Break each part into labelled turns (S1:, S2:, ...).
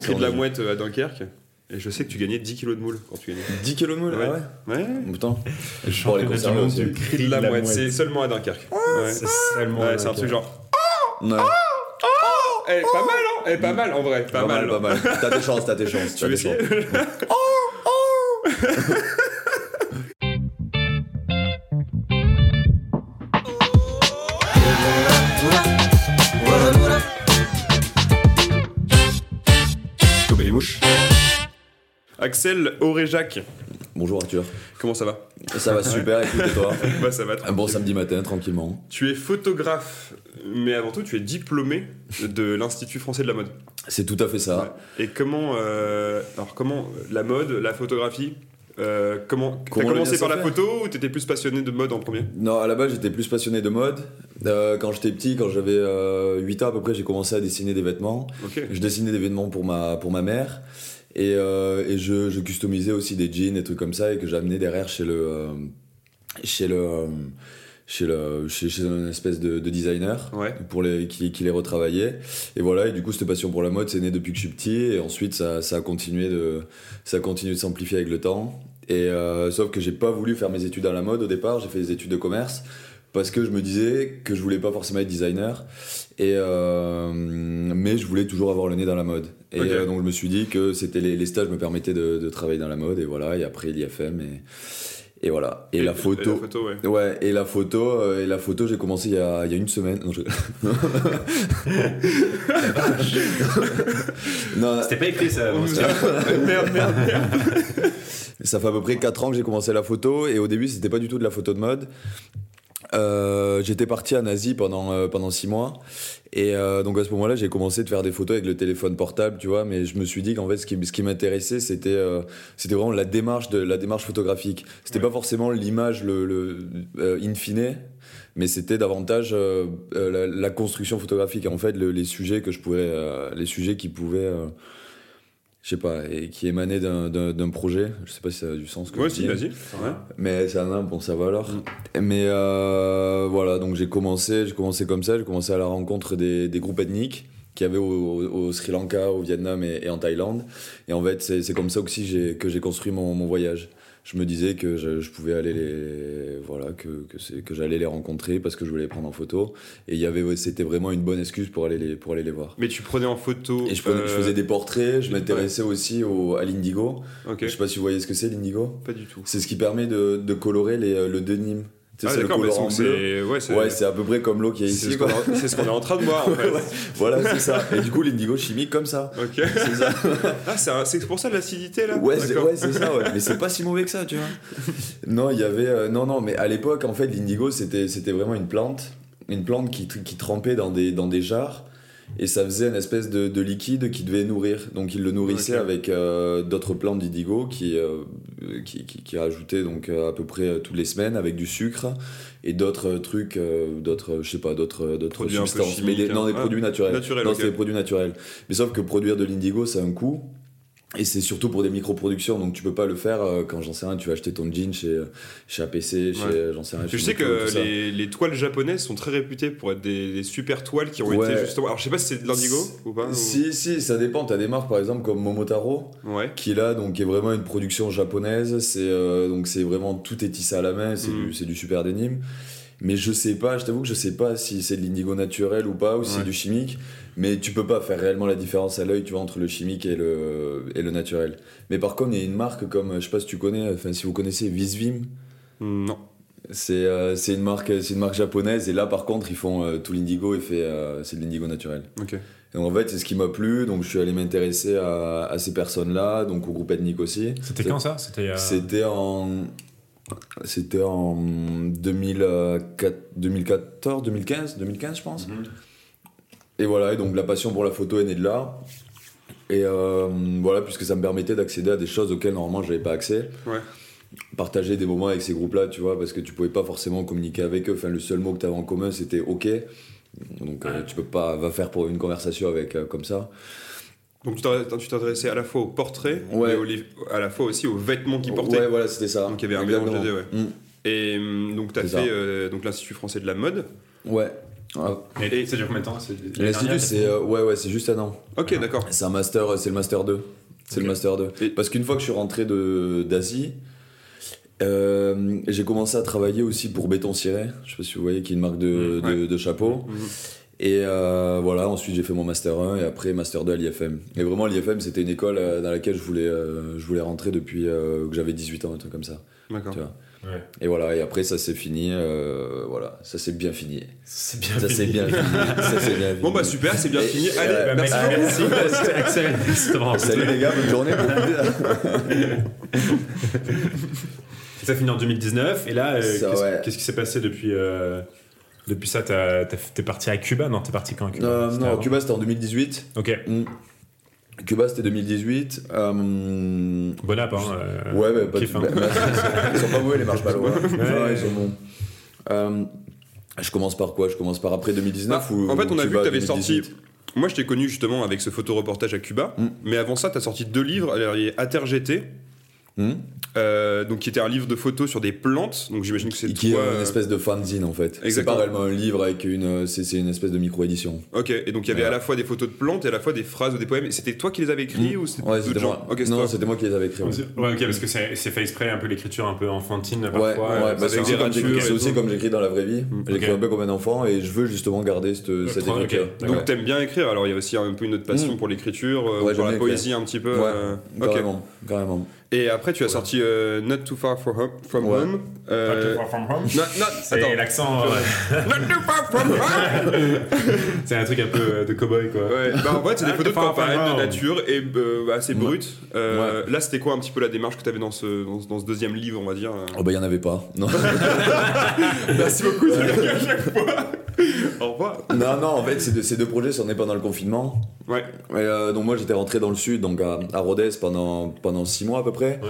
S1: cri de la mouette euh, à Dunkerque. Et je sais que tu gagnais 10 kilos de moules quand tu gagnais.
S2: 10 kilos de moules,
S1: Ouais.
S2: ah ouais.
S1: Ouais.
S2: Putain.
S3: Le
S2: Je pourrais les
S3: championnat du
S2: conserver
S3: monde
S2: aussi.
S3: du
S1: Cri de la, mouette, c'est seulement à Dunkerque. Ouais,
S3: C'est seulement.
S1: Ouais, c'est un
S3: avec-
S1: truc genre.
S2: Ouais.
S1: Eh, pas mal, hein Eh, pas mal en vrai, Ah, pas, mal. hein.
S2: pas mal. T'as tes chances, t'as tes chances.
S1: Tu
S2: t'as
S1: veux
S2: tes chances.
S1: essayer Oh,
S3: Comme les mouches.
S1: Axel Auréjac,
S2: Bonjour Arthur.
S1: comment ça va
S2: Ça va super, écoute, et toi
S1: Bah, ça va. trop.
S2: Un Ah, bon samedi matin, tranquillement.
S1: Tu es photographe, mais avant tout, tu es diplômé de l'Institut français de la mode.
S2: C'est tout à fait ça.
S1: Et comment. euh, alors, comment la mode, la photographie euh, comment t'as
S2: Comment le
S1: commencé
S2: lien
S1: par
S2: se
S1: la
S2: fait
S1: photo ou t'étais plus passionné de mode en premier
S2: Non, à la base, j'étais plus passionné de mode. Euh, quand j'étais petit, quand j'avais euh, 8 ans à peu près, j'ai commencé à dessiner des vêtements.
S1: Ok.
S2: Je dessinais des vêtements pour ma, pour ma mère. Et, euh, et je, je customisais aussi des jeans et trucs comme ça et que j'amenais derrière chez le. euh, chez le. euh, chez, le, chez, chez un espèce de, de designer
S1: Ouais.
S2: pour les, qui, qui les retravaillait. Et voilà, et du coup, cette passion pour la mode, c'est né depuis que je suis petit. Et ensuite, ça, ça a continué de, ça a continué de s'amplifier avec le temps. Et euh, sauf que j'ai pas voulu faire mes études à la mode au départ. J'ai fait des études de commerce parce que je me disais que je voulais pas forcément être designer. Et euh, mais je voulais toujours avoir le nez dans la mode. Et
S1: Ok.
S2: euh, donc je me suis dit que c'était les, les stages me permettaient de, de travailler dans la mode. Et voilà. Et après l'IFM et, et voilà. Et, la
S1: Et
S2: photo.
S1: la photo, ouais.
S2: Ouais, et la photo, euh, et la photo, j'ai commencé il y, a, il y a une semaine. Non, je- Non,
S3: C'était pas écrit ça. avant, ça.
S1: merde, merde.
S2: ça fait à peu près 4 ans que j'ai commencé la photo, et au début, c'était pas du tout de la photo de mode. Euh, J'étais parti en Asie pendant, euh, pendant 6 mois, et euh, donc à ce moment-là, j'ai commencé de faire des photos avec le téléphone portable, tu vois, mais je me suis dit qu'en fait, ce qui, ce qui m'intéressait, c'était euh, c'était vraiment la démarche, de, la démarche photographique. C'était pas forcément l'image le, le, euh, in fine, mais c'était davantage euh, euh, la, la construction photographique et en fait le- les sujets que je pouvais euh, les sujets qui pouvaient euh, je sais pas et qui émanaient d'un- d'un d'un projet je sais pas si ça a du sens que
S1: Moi
S2: je
S1: aussi,
S2: dis.
S1: vas-y. Ouais. bah,
S2: mais ça en a bon ça va alors mais euh, voilà donc j'ai commencé j'ai commencé comme ça j'ai commencé à la rencontre des, des groupes ethniques qu'il y avait au, au- au Sri Lanka au Vietnam et, et en Thaïlande et en fait c'est c'est comme ça aussi j'ai- que j'ai construit mon, mon voyage je me disais que je, je pouvais aller les voilà que que, c'est- que j'allais les rencontrer parce que je voulais les prendre en photo et il y avait ouais, c'était vraiment une bonne excuse pour aller les pour aller les voir
S1: Mais tu prenais en photo.
S2: et je, prenais- je
S1: euh,
S2: faisais des portraits je
S1: ouais.
S2: m'intéressais aussi au, à l'indigo
S1: euh, Ok. Ah,
S2: je sais pas si vous voyez ce que c'est l'indigo
S1: Pas du tout.
S2: c'est ce qui permet de, de colorer les, euh, le denim Tu sais,
S1: Ah,
S2: c'est le
S1: d'accord, mais
S2: colorant
S1: donc
S2: bleu.
S1: c'est. Ouais, c'est.
S2: ouais c'est à peu près comme l'eau qui est
S1: c'est ce
S2: ici
S1: qu'on
S2: quoi.
S1: est- c'est ce qu'on est en train de voir en fait.
S2: voilà c'est ça et du coup l'indigo chimique comme ça
S1: Ok.
S2: c'est ça
S1: Ah, c'est un- c'est pour ça l'acidité là
S2: Ouais, c'est
S1: D'accord.
S2: ouais, c'est ça, ouais. mais c'est pas si mauvais que ça, tu vois. non, il y avait. euh, non, non, mais à l'époque, en fait, l'indigo, c'était c'était vraiment une plante. Une plante qui, tr- qui trempait dans des, dans des jars. Et ça faisait une espèce de, de liquide qui devait nourrir. Donc, il le nourrissait
S1: Ok.
S2: avec euh, d'autres plantes d'indigo qui, euh, qui, qui, qui rajoutaient donc, euh, à peu près euh, toutes les semaines avec du sucre et d'autres euh, trucs, euh, d'autres, euh, je sais pas, d'autres euh, d'autres
S1: Produits un peu
S2: substances. Mais des,
S1: chimiques,
S2: non, des
S1: hein.
S2: produits naturels.
S1: Naturels,
S2: non,
S1: ok.
S2: c'était des produits naturels. Mais sauf que produire de l'indigo, ça a un coût. Et c'est surtout pour des micro-productions, donc tu peux pas le faire euh, quand j'en sais rien, tu vas acheter ton jean chez, chez APC, chez
S1: Ouais.
S2: j'en sais rien.
S1: Je
S2: chez
S1: sais
S2: Uniqlo, tout
S1: que
S2: ça.
S1: les, les toiles japonaises sont très réputées pour être des, des super toiles qui ont
S2: Ouais.
S1: été justement. Alors je sais pas si c'est de l'indigo ou pas. ou-
S2: Si, si, ça dépend. T'as des marques par exemple comme Momotaro,
S1: Ouais.
S2: qui là, donc est vraiment une production japonaise, c'est euh, donc c'est vraiment tout est tissé à la main, c'est
S1: Mm.
S2: du, c'est du super denim. Mais je sais pas, je t'avoue que je sais pas si c'est de l'indigo naturel ou pas, ou si
S1: Ouais.
S2: c'est du chimique, mais tu peux pas faire réellement la différence à l'œil, tu vois, entre le chimique et le, et le naturel. Mais par contre, il y a une marque comme, je sais pas si tu connais, enfin si vous connaissez Visvim.
S1: Non.
S2: C'est euh, c'est une marque c'est une marque japonaise et là par contre ils font euh, tout l'indigo et fait euh, c'est de l'indigo naturel.
S1: Ok.
S2: Et donc, en fait c'est ce qui m'a plu donc je suis allé m'intéresser à, à ces personnes là donc au groupe ethnique aussi.
S1: Euh.
S3: C'était
S2: C'est-
S3: quand ça C'était. euh, il y a-
S2: C'était en c'était en 2004, 2014 2015 2015 je pense. Et voilà, et donc la passion pour la photo est née de là. Et euh, voilà, puisque ça me permettait d'accéder à des choses auxquelles normalement j'avais pas accès.
S1: Ouais.
S2: Partager des moments avec ces groupes-là, tu vois, parce que tu pouvais pas forcément communiquer avec eux. Enfin, le seul mot que tu avais en commun, c'était OK. Donc euh, tu peux pas va faire pour une conversation avec euh, comme ça.
S1: Donc tu t'intéressais- tu t'intéressais à la fois au portrait,
S2: Ouais.
S1: mais au liv- à la fois aussi aux vêtements qu'ils portaient.
S2: Ouais, voilà, c'était ça.
S1: Donc, il y avait un mélange des
S2: Exactement.
S1: deux, Et hum, donc tu as
S2: C'est ça.
S1: fait euh, donc l'Institut français de la mode.
S2: Mm. Ouais. Ouais.
S3: Et ça dure combien de temps c'est- l'année
S2: L'institut,
S3: dernière,
S2: c'est euh, ouais, ouais, c'est juste un an.
S1: Ok, d'accord.
S2: C'est un master, euh, c'est le master 2. C'est
S1: Ok.
S2: le master 2.
S1: Et-
S2: Parce qu'une fois que je suis rentré de- d'Asie, euh, j'ai commencé à travailler aussi pour Béton Ciré. Je sais pas si vous voyez, qui est une marque de,
S1: Mm, ouais.
S2: de, de chapeaux.
S1: Mhm.
S2: Et euh, voilà, ensuite j'ai fait mon master 1 et après master 2 à l'IFM. Et vraiment, l'IFM, c'était une école euh, dans laquelle je voulais, euh, je voulais rentrer depuis euh, que j'avais 18 ans, un truc comme ça.
S1: D'accord.
S2: Tu vois.
S3: Ouais.
S2: Et voilà, et après, ça s'est fini. euh, voilà, ça s'est bien fini.
S3: C'est bien.
S2: Ça
S3: fini.
S2: s'est bien fini. ça s'est bien fini.
S1: Bon, bah super, c'est bien
S2: Et-
S1: fini.
S2: et,
S1: Allez,
S2: euh,
S3: Bah,
S1: merci beaucoup.
S3: merci, merci, Axel. C'était vraiment
S2: Salut les gars, bonne journée.
S3: Ça finit en 2019, et là, euh, qu'est-ce
S2: Ça, ouais.
S3: qu'est-ce qui s'est passé depuis, euh, depuis ça t'as- t'as- T'es parti à Cuba Non, t'es parti quand à Cuba
S2: Euh,
S3: C'était
S2: non,
S3: avant
S2: Cuba c'était en 2018.
S3: Ok,
S2: Mm. Cuba c'était 2018. Euh,
S3: bon app, hein. euh,
S2: ouais, mais pas
S3: kiff, hein.
S2: bah, bah, Ils sont pas mauvais les marshmallows. hein.
S3: Ouais.
S2: Ouais, ils sont bons. Euh, je commence par quoi Je commence par après 2019
S1: Bah,
S2: ou
S1: en fait, on a vu
S2: Cuba
S1: que t'avais
S2: 2018?
S1: sorti. Moi, je t'ai connu justement avec ce photoreportage à Cuba,
S2: Mm.
S1: mais avant ça, t'as sorti deux livres. Alors, il y a Aterjeté,
S2: Hmm
S1: euh, donc qui était un livre de photos sur des plantes. Donc, j'imagine que c'est
S2: qui
S1: toi,
S2: est une
S1: euh,
S2: espèce de fanzine en fait. C'est
S1: Exactement.
S2: pas réellement un livre avec une. euh, C'est c'est une espèce de micro-édition.
S1: Ok, et donc il y avait à la fois des photos de plantes et à la fois des phrases ou des poèmes. Et C'était toi qui les avais écrits
S2: Mm.
S1: ou c'était
S2: Ouais,
S1: d'autres
S2: c'était
S1: gens
S2: moi.
S1: Ok, c'est
S2: non,
S1: toi.
S2: c'était moi qui les avais écrits.
S3: Ouais,
S2: ouais.
S3: ok, parce que c'est c'est fait exprès, un peu l'écriture un peu enfantine
S2: Ouais,
S3: parfois.
S2: ouais,
S3: euh,
S2: bah, c'est
S1: avec
S2: aussi,
S1: des
S2: comme
S1: ratures
S2: j'écris-
S1: et
S2: c'est aussi
S1: tout.
S2: comme j'écris dans la vraie vie.
S1: Mm.
S2: J'écris
S3: Ok.
S2: un peu comme un enfant et je veux justement garder cette, cette
S3: truc, ok.
S2: écriture.
S3: D'accord.
S1: Donc t'aimes bien écrire, alors il y a aussi un peu une autre passion
S2: Mm.
S1: pour l'écriture, euh,
S2: Ouais,
S1: pour
S2: j'aime
S1: la
S2: bien
S1: poésie un petit peu.
S2: Ouais,
S1: euh, ok.
S2: carrément, carrément.
S1: Et après tu as sorti euh, Not Too Far From Home. From
S2: Ouais.
S1: home euh,
S3: Far From Home.
S1: non, non,
S3: C'est
S1: attends.
S3: l'accent, euh,
S1: Not Too Far From Home
S3: c'est un truc un peu euh, de cowboy quoi.
S1: Ouais, bah, en fait c'est des
S3: Not
S1: photos de
S3: too far from
S1: campagne, de
S3: home.
S1: nature et euh, assez
S2: Ouais.
S1: brutes. Euh, Là c'était quoi un petit peu la démarche que t'avais dans ce, dans, ce- dans ce deuxième livre, on va dire euh
S2: Oh bah il y en avait pas. Non,
S1: Merci beaucoup, c'est bien qu'à chaque fois. Au revoir.
S2: non, non, en fait, ces deux, ces deux projets sont nés pendant le confinement.
S1: Ouais.
S2: Et, euh, donc moi j'étais rentré dans le sud, donc à, à Rodez pendant, pendant six mois à peu près.
S3: Ouais.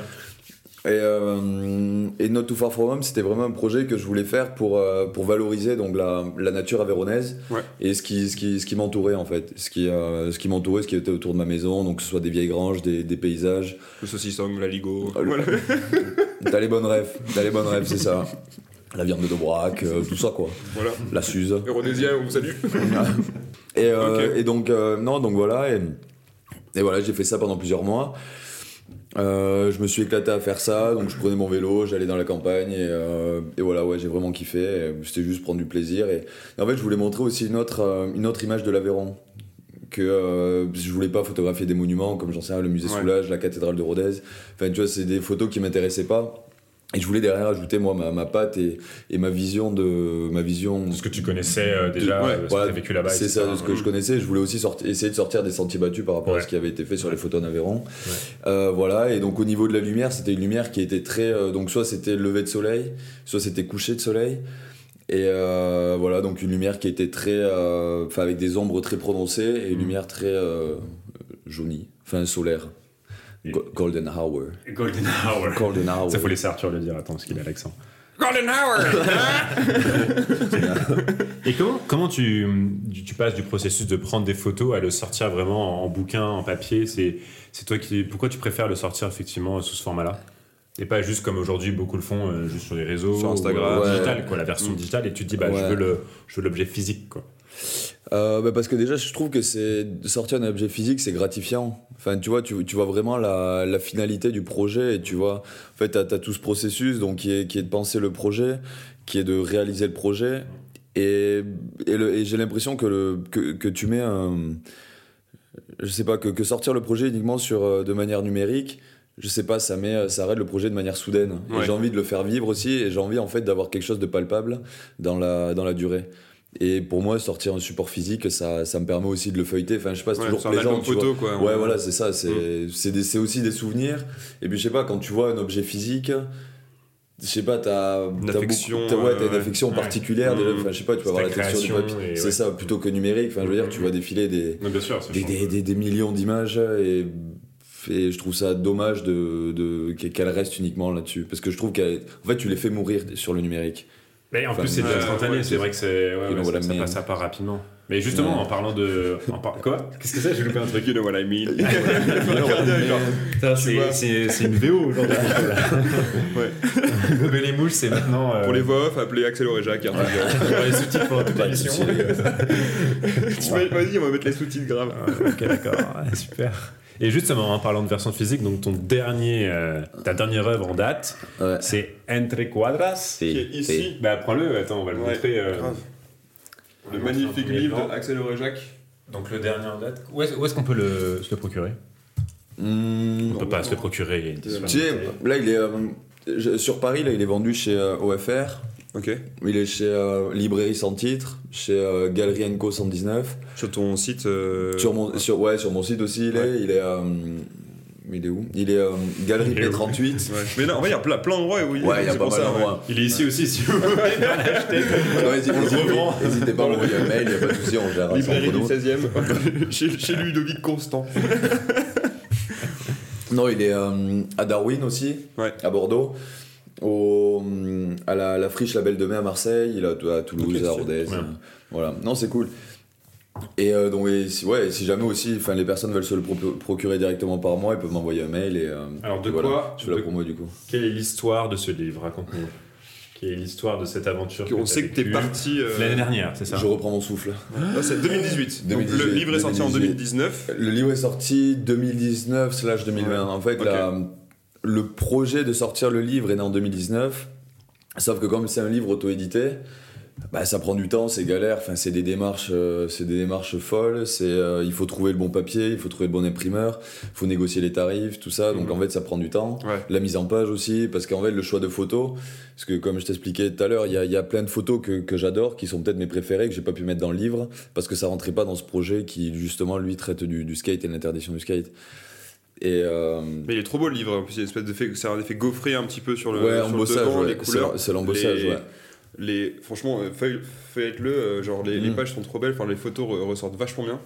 S2: Et, euh, et Not Too Far From Home, c'était vraiment un projet que je voulais faire pour, euh, pour valoriser donc, la, la nature avéronaise
S1: Ouais.
S2: et ce qui, ce qui, ce qui m'entourait en fait. Ce qui, euh, ce qui m'entourait, ce qui était autour de ma maison, donc que ce soit des vieilles granges, des, des paysages.
S1: Le saucisson, la ligo.
S2: Ah, le-
S1: Voilà.
S2: T'as les bonnes rêves, t'as les bonnes rêves, c'est ça. La viande de Daubrac, euh, tout ça quoi.
S1: voilà.
S2: La Suze.
S1: Euronésien, on vous salue.
S2: Et, euh,
S1: Ok.
S2: et donc, euh, non, donc voilà. Et, et voilà, j'ai fait ça pendant plusieurs mois. Euh, je me suis éclaté à faire ça, donc je prenais mon vélo, j'allais dans la campagne et, euh, et voilà, ouais, j'ai vraiment kiffé. et C'était juste prendre du plaisir. Et, et en fait, je voulais montrer aussi une autre, euh, une autre image de l'Aveyron. Que euh, parce que je voulais pas photographier des monuments comme j'en sais rien, le musée
S1: Ouais.
S2: Soulage, la cathédrale de Rodez. Enfin, tu vois, c'est des photos qui m'intéressaient pas. Et je voulais derrière ajouter moi ma, ma patte et, et ma vision de ma vision
S3: Ce que tu connaissais euh, déjà,
S1: Ouais,
S3: euh, ce
S2: voilà,
S3: que t'as vécu là-bas.
S2: C'est
S3: etc.
S2: ça, de ce que je connaissais. Je voulais aussi sorti- essayer de sortir des sentiers battus par rapport
S3: Ouais.
S2: à ce qui avait été fait sur les photos en Aveyron.
S3: Ouais.
S2: Euh, voilà, et donc au niveau de la lumière, c'était une lumière qui était très. euh, donc soit c'était lever de soleil, soit c'était coucher de soleil. Et euh, voilà, donc une lumière qui était très. euh, Enfin, avec des ombres très prononcées et une
S3: Mhm.
S2: lumière très euh, jaunie, enfin solaire. Go- Golden Hour.
S3: Golden Hour.
S2: Golden Hour.
S3: Ça faut laisser Arthur le dire, attends, parce qu'il a l'accent.
S1: Golden Hour
S3: Et comment, comment tu, tu passes du processus de prendre des photos à le sortir vraiment en, en bouquin, en papier C'est c'est toi qui. Pourquoi tu préfères le sortir effectivement sous ce format-là et pas juste comme aujourd'hui beaucoup le font euh, juste sur les réseaux
S1: Sur
S3: ou,
S1: Instagram.
S3: euh,
S2: Ouais. Mm.
S3: digital quoi la version digitale et tu te dis bah je
S2: Ouais.
S3: veux le je veux l'objet physique quoi
S2: Euh, bah, parce que déjà, je trouve que c'est de sortir un objet physique, c'est gratifiant. Enfin, tu vois, tu, tu vois vraiment la, la finalité du projet. Et tu vois, en fait, t'as as tout ce processus donc qui est, qui est de penser le projet, qui est de réaliser le projet. Et, et, le- et j'ai l'impression que, le- que, que tu mets un. Je sais pas, que, que sortir le projet uniquement sur, euh, de manière numérique, je sais pas, ça, met, euh, ça arrête le projet de manière soudaine. Et
S1: Ouais.
S2: j'ai envie de le faire vivre aussi, et j'ai envie en fait d'avoir quelque chose de palpable dans la, dans la durée. Et pour moi, sortir un support physique, ça, ça me permet aussi de le feuilleter. Enfin, je sais pas, c'est
S1: Ouais,
S2: toujours
S1: sur l'album
S2: plaisant. tu vois.
S1: photo, quoi. Mm.
S2: Ouais, voilà, c'est ça. C'est c'est des- c'est aussi des souvenirs. Et puis, je sais pas, quand tu vois un objet physique, je sais pas, t'as.
S1: Une
S2: t'as beaucoup-
S1: affection,
S2: t'as- ouais,
S1: euh,
S2: t'as une
S1: ouais.
S2: affection
S3: Ouais.
S2: particulière. déjà.
S1: Mm.
S2: Enfin, je sais pas, tu vas voir
S3: ta
S2: la texture du
S3: création et
S2: papier. C'est
S3: ouais.
S2: ça, plutôt que numérique. Enfin, je veux dire, tu
S3: Mm.
S2: vois défiler des,
S3: non bien sûr ça
S2: des,
S3: change.
S2: des, des- des millions d'images. Et, et je trouve ça dommage de, de, qu'elle reste uniquement là-dessus. Parce que je trouve qu'elle. En fait, tu les fais mourir sur le numérique.
S3: Mais en plus c'est
S1: Enfin,
S3: déjà
S1: ouais,
S3: instantané
S2: euh,
S1: ouais,
S3: c'est vrai que c'est ouais,
S2: Et
S3: ouais,
S2: donc,
S3: ça,
S2: voilà,
S3: ça
S2: mais-
S3: passe à part rapidement Mais justement, en parlant de. en par- Quoi Qu'est-ce que c'est J'ai loupé un truc.
S1: You know what I mean. Il fait un clin d'œil, genre.
S3: Putain,
S1: vois.
S3: C'est c'est- c'est une VO aujourd'hui.
S1: Ouais.
S3: Gober les mouches, c'est maintenant. euh,
S1: Pour les voix off, appelez Axel hein, Oreja qui
S3: pour les sous-titres pendant toute
S2: Pas de
S3: l'émission.
S2: soucis, les gars.
S1: euh, Vas-y, on va mettre les sous-titres graves.
S3: ok, d'accord, Ouais, super. Et justement, en parlant de version physique, donc ton dernier, euh, ta dernière œuvre en date,
S2: Ouais.
S3: c'est Entre Quadras.
S1: Qui est
S2: Si, si.
S1: ici.
S3: Bah prends-le, attends, on va le
S1: Ouais,
S3: montrer. euh,
S1: grave.
S3: on va
S1: Le
S3: montrer en
S1: magnifique
S3: premier
S1: livre
S3: plan.
S1: de Axel Orejac.
S3: Donc le dernier en date. Où est-ce où est-ce qu'on peut le, se le procurer
S2: Mmh.
S3: On peut pas se le procurer. il y a une
S1: Tu sais,
S2: Tu sais,
S3: disponibilité.
S2: là, il est. euh, je- sur Paris, là, il est vendu chez euh, OFR.
S1: Ok.
S2: Il est chez euh, Librairie sans titre, chez euh, Galerie Co 119.
S1: Sur ton site. euh,
S2: Sur mon, sur, ouais, sur mon site aussi, il est. Il est, euh, il est où Il est euh, Galerie
S3: Il est où
S2: P38.
S1: Ouais. Mais non, en vrai, il y a plein, plein d'endroits où il
S2: Ouais, il y a
S1: c'est
S2: pas
S1: pour
S2: mal
S1: ça,
S2: d'endroits.
S3: Il est ici aussi, si vous voulez l'acheter.
S2: Non, N'hésitez
S3: On le
S2: n'hésitez-
S3: revend.
S2: n'hésitez pas à m'envoyer un mail, il n'y a pas de souci, on gérera
S1: ouais.
S2: ça
S1: Librairie
S2: entre
S1: du 16
S2: nous.
S1: e chez, chez Ludovic Constant.
S2: Non, il est euh, à Darwin aussi,
S1: Ouais.
S2: à Bordeaux, au, euh, à la, la friche La Belle de Mai à Marseille, il est à Toulouse,
S1: Ok,
S2: à
S1: c'est-
S2: Rodez.
S3: ouais.
S2: euh, Voilà, non, c'est cool. Et euh, donc, et si, ouais, si jamais aussi enfin, les personnes veulent se le pro- procurer directement par moi, ils peuvent m'envoyer un mail. Et, euh,
S3: Alors, de
S2: voilà,
S3: quoi-
S2: Je fais
S3: de-
S2: la promo du coup.
S3: Quelle est l'histoire de ce livre Raconte-nous. Quelle est l'histoire de cette aventure
S1: On
S3: t'as
S1: sait que t'es
S3: vécue
S1: parti. euh,
S3: L'année dernière, c'est ça
S2: Je reprends mon souffle.
S1: non, c'est 2018. Donc
S2: 2018,
S1: le livre est sorti en
S2: 2018.
S1: 2019.
S2: Le livre est sorti 2019 slash 2020. En fait,
S1: Ok.
S2: la- le projet de sortir le livre est né en 2019. Sauf que comme c'est un livre auto-édité, bah, ça prend du temps, c'est galère. Enfin, c'est des démarches, euh, c'est des démarches folles. C'est, euh, il faut trouver le bon papier, il faut trouver le bon imprimeur, il faut négocier les tarifs, tout ça. Donc
S1: Mhm.
S2: en fait, ça prend du temps.
S1: Ouais.
S2: La mise en page aussi, parce qu'en fait, le choix de photos, parce que comme je t'expliquais tout à l'heure, il y a, il y a plein de photos que, que j'adore, qui sont peut-être mes préférées, que j'ai pas pu mettre dans le livre, parce que ça rentrait pas dans ce projet qui, justement, lui, traite du, du skate et de l'interdiction du skate. Et. euh,
S1: Mais il est trop beau le livre. En plus, il y a une espèce d'effet, c'est un effet gaufré un petit peu sur le,
S2: ouais,
S1: sur le
S2: embossage,
S1: devant,
S2: ouais.
S1: les couleurs.
S2: C'est- C'est l'embossage,
S1: les-
S2: ouais.
S1: Les, franchement, euh, feuille- faites-le. euh, Genre, les, les
S2: Mm.
S1: pages sont trop belles. Enfin, les photos re- ressortent vachement bien.